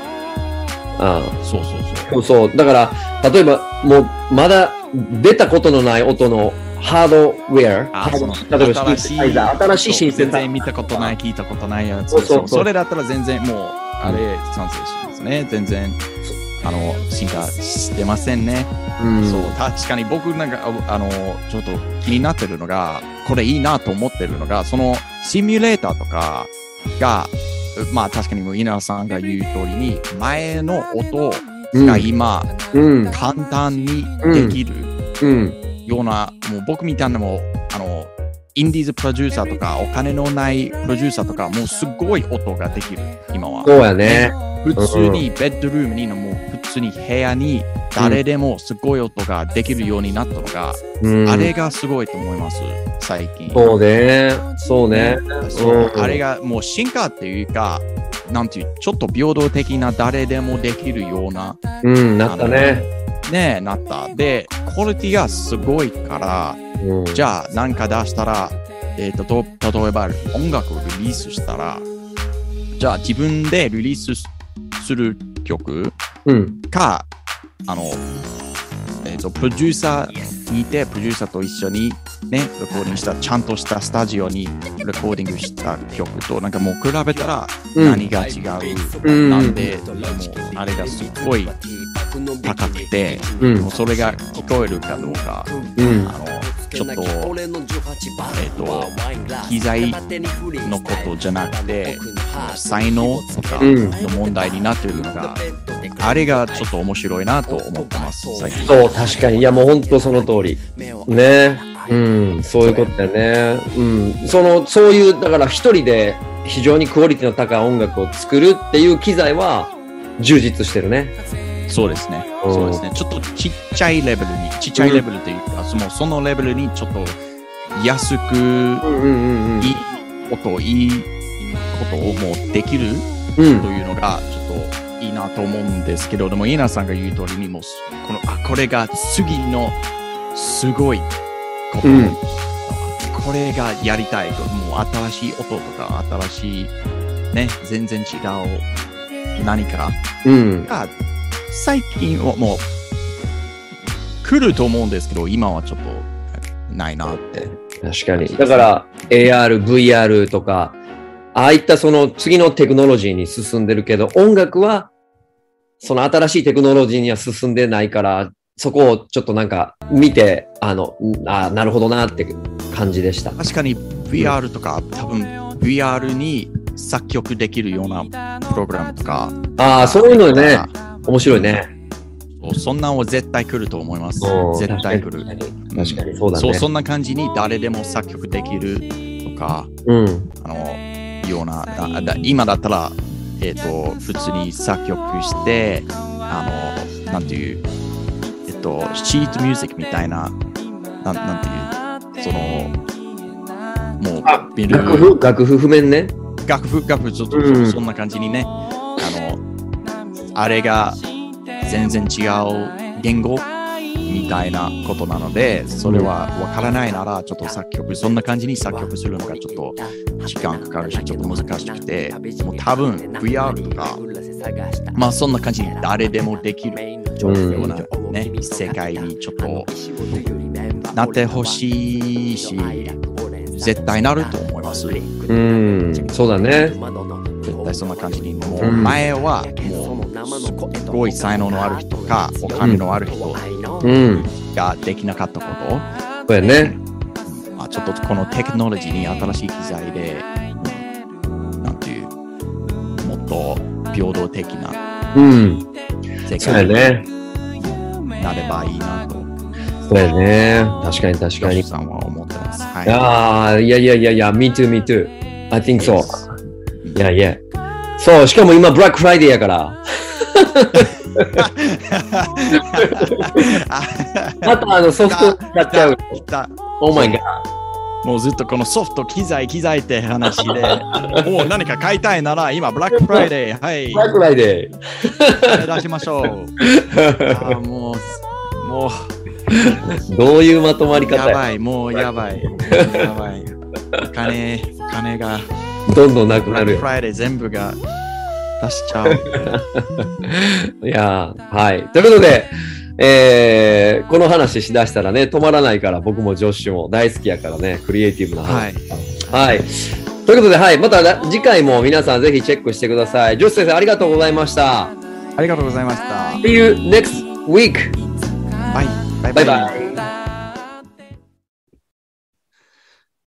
Speaker 2: ああ
Speaker 1: そうそう
Speaker 2: そうそう。だから、例えば、もう、まだ出たことのない音のハードウェア、
Speaker 1: あその
Speaker 2: 例えばシンセサイザー、新し
Speaker 1: そう。
Speaker 2: いシンセ
Speaker 1: 全
Speaker 2: サイ
Speaker 1: 然見たことない、聞いたことないやつ。
Speaker 2: そうそうそう
Speaker 1: それだったら全然もう、あれ、賛成しますね。全然、あの、進化してませんね。
Speaker 2: ザー。うん
Speaker 1: そう確かに僕なんかああのちょっと気になってるのがこれいいなと思ってるのがそのシミュレーターとかがうまあ確かにもう稲田さんが言う通りに前の音が今
Speaker 2: うん。
Speaker 1: 簡単にできる
Speaker 2: うん。
Speaker 1: ような、もう僕みたいなのもあのインディーズプロデューサーとか、お金のないプロデューサーとか、もうすごい音ができる、今は。
Speaker 2: そうやね。
Speaker 1: 普通にベッドルームに、もう普通に部屋に誰でもすごい音ができるようになったのが、
Speaker 2: うん、
Speaker 1: あれがすごいと思います、最近。
Speaker 2: そうね。そうね。
Speaker 1: そう
Speaker 2: うん
Speaker 1: あれがもう進化っていうか、なんていう、ちょっと平等的な誰でもできるような、
Speaker 2: うん、なったね。
Speaker 1: ね、なった。で、クオリティがすごいから、
Speaker 2: うん、
Speaker 1: じゃあ何か出したら、えー、とと例えば音楽をリリースしたらじゃあ自分でリリースすする曲
Speaker 2: うん。
Speaker 1: かあの、えー、とプロデューサーにいてプロデューサーと一緒にねレコーディングしたちゃんとしたスタジオにレコーディングした曲となんかもう比べたら
Speaker 2: うん
Speaker 1: 何が違う、
Speaker 2: うん
Speaker 1: なんで、でもあれがすっごい高くて、
Speaker 2: うん
Speaker 1: もうそれが聞こえるかどうか、
Speaker 2: うん
Speaker 1: あのちょっと
Speaker 4: えっ、
Speaker 1: 機
Speaker 4: と機
Speaker 1: 材
Speaker 4: 材
Speaker 1: の
Speaker 4: の
Speaker 1: こ
Speaker 4: ことと
Speaker 1: じ
Speaker 4: じ
Speaker 1: ゃ
Speaker 4: ゃ
Speaker 1: な
Speaker 4: な
Speaker 1: く
Speaker 4: く
Speaker 1: て
Speaker 4: て
Speaker 1: 才
Speaker 4: 才
Speaker 1: 能
Speaker 4: 能
Speaker 1: と
Speaker 4: と
Speaker 1: か
Speaker 4: か
Speaker 1: の
Speaker 4: の
Speaker 1: 問
Speaker 4: 問
Speaker 1: 題
Speaker 4: 題
Speaker 1: に
Speaker 4: に
Speaker 1: な
Speaker 4: な
Speaker 1: っ
Speaker 4: ってて
Speaker 1: る
Speaker 4: る
Speaker 1: の
Speaker 4: の
Speaker 1: が
Speaker 4: が
Speaker 1: あ
Speaker 4: あ
Speaker 1: れ
Speaker 4: れ
Speaker 1: が
Speaker 4: が
Speaker 1: ちょ
Speaker 4: ちょ
Speaker 1: っ
Speaker 4: っ
Speaker 1: と
Speaker 4: と
Speaker 1: 面白いなと
Speaker 4: と
Speaker 1: 思
Speaker 4: 思
Speaker 1: っ
Speaker 4: ってて
Speaker 1: ま
Speaker 4: ますす
Speaker 1: 最
Speaker 4: 最
Speaker 1: 近
Speaker 4: 近
Speaker 2: そう、確かに。いや、もう本当その通り。ね。うん、そういうことだよね。うん。その、そういう、だから一人で非常にクオリティの高い音楽を作るっていう機材は充実してるね。
Speaker 1: そうですね
Speaker 2: うん
Speaker 1: そうですねちょっとちっちゃいレベルにちっちゃいレベルというか、もうそのレベルにちょっと安く
Speaker 2: うんうんうん
Speaker 1: いい音いいことをもうできる
Speaker 2: うん。う
Speaker 1: と
Speaker 2: ん。
Speaker 1: いうのがちょっといいなと思うんですけどでもイナさんが言う通りにもうこのあこれが次のすごいこと、
Speaker 2: うん
Speaker 1: これがやりたいもう新しい音とか新しいね全然違う何か
Speaker 2: うん。
Speaker 1: が最近はもう来ると思うんですけど今はちょっとないなって
Speaker 2: 確かに。だから、AR、VR とか、ああいったその次のテクノロジーに進んでるけど、音楽は、その新しいテクノロジーには進んでないから、そこをちょっとなんか見て、あの、んあーなるほどなって感じでした。
Speaker 1: 確かに VR とか多分 VR に作曲できるようなプログラムとか
Speaker 2: ああ、そういうのね、面白いね。
Speaker 1: そんなんは絶対来ると思います
Speaker 2: うん。
Speaker 1: 絶対来る。
Speaker 2: 確かに
Speaker 1: うん
Speaker 2: 確かにそうだね。
Speaker 1: そう、そんな感じに誰でも作曲できるとか、
Speaker 2: うん。
Speaker 1: あの、ような、だだ今だったら、えっ、と、普通に作曲して、あの、なんていう、えっ、と、シートミュージックみたいな、なんなんていう、その、も
Speaker 2: あ
Speaker 1: う、ビル
Speaker 2: 楽譜、楽譜譜面ね。
Speaker 1: 楽譜、楽譜、ちょっと、
Speaker 2: うん
Speaker 1: そんな感じにね、あの、あれが全然違う言語みたいなことなので、それはわからないなら、ちょっと作曲、そんな感じに作曲するのがちょっと時間かかるし、ちょっと難しくて、もう多分 VR とか、まあそんな感じに誰でもできる
Speaker 2: うん
Speaker 1: ようなね、世界にちょっとなってほしいし、絶対なると思います。
Speaker 2: うん、そうだね。
Speaker 1: 絶
Speaker 3: 絶
Speaker 1: 対
Speaker 3: 対
Speaker 1: そ
Speaker 3: そ
Speaker 1: ん
Speaker 3: ん
Speaker 1: な
Speaker 3: な
Speaker 1: 感
Speaker 3: 感
Speaker 1: じ
Speaker 3: じ
Speaker 1: に
Speaker 3: に
Speaker 1: も
Speaker 3: も
Speaker 1: う
Speaker 3: う
Speaker 2: うん
Speaker 1: 前
Speaker 3: 前
Speaker 1: は
Speaker 3: は
Speaker 1: も
Speaker 3: も
Speaker 1: う
Speaker 3: う
Speaker 1: す
Speaker 3: す
Speaker 1: っ
Speaker 3: っ
Speaker 1: ご
Speaker 3: ご
Speaker 1: い
Speaker 3: い
Speaker 1: 才
Speaker 3: 才
Speaker 1: 能
Speaker 3: 能
Speaker 1: の
Speaker 3: の
Speaker 1: あ
Speaker 3: あ
Speaker 1: る
Speaker 3: る
Speaker 1: 人
Speaker 3: 人
Speaker 1: か
Speaker 3: か
Speaker 1: お
Speaker 3: お
Speaker 1: 金
Speaker 3: 金
Speaker 1: の
Speaker 3: の
Speaker 1: あ
Speaker 3: あ
Speaker 1: る
Speaker 3: る
Speaker 1: 人
Speaker 3: 人
Speaker 2: うん。
Speaker 1: ができなかったこと
Speaker 2: そうやね。
Speaker 1: まあ、ちょっとこのテクノロジーに新しい機材で、うんなんていう、もっと平等的な
Speaker 2: うん。
Speaker 1: 世
Speaker 2: そうや
Speaker 1: 界に
Speaker 2: ね。
Speaker 1: なればいいなと、
Speaker 2: そうやね。確かに確
Speaker 1: ヨ
Speaker 2: か
Speaker 1: シ
Speaker 2: に。
Speaker 1: さんは思ってます。はい。
Speaker 2: ああ、いやいやいやいや、me too, me too. I think so. いやいや。そう、しかも今、ブラックフライデーや から。またあのソフト使っちゃう。
Speaker 1: 来た
Speaker 2: Oh my god.
Speaker 1: もうずっとこのソフト、機材、機材って話で、もう何か買いたいなら、今、ブラックフライデー、はい
Speaker 2: ブ、ラックフライデー。
Speaker 1: 出しましょう。あーもう、もう、
Speaker 2: どういうまとまり方
Speaker 1: や
Speaker 2: や
Speaker 1: ばい、もうやばい。やばい。お金、お金が、
Speaker 2: どんどんなく
Speaker 1: ブ
Speaker 2: な
Speaker 1: ラッ
Speaker 2: る
Speaker 1: ク
Speaker 2: よ
Speaker 1: フ。ライデー全部が出しちゃう。
Speaker 2: いやーはい。ということで、えーこの話しだしたらね、止まらないから、僕もジョッシュも大好きやからね、クリエイティブな
Speaker 1: はい
Speaker 2: 話。。はい。ということで、はい。またら次回も皆さんぜひチェックしてください。ジョッシュ先生、ありがとうございました。
Speaker 1: ありがとうございました。
Speaker 2: See you next week!
Speaker 1: バイ。バイ
Speaker 2: バイバイ。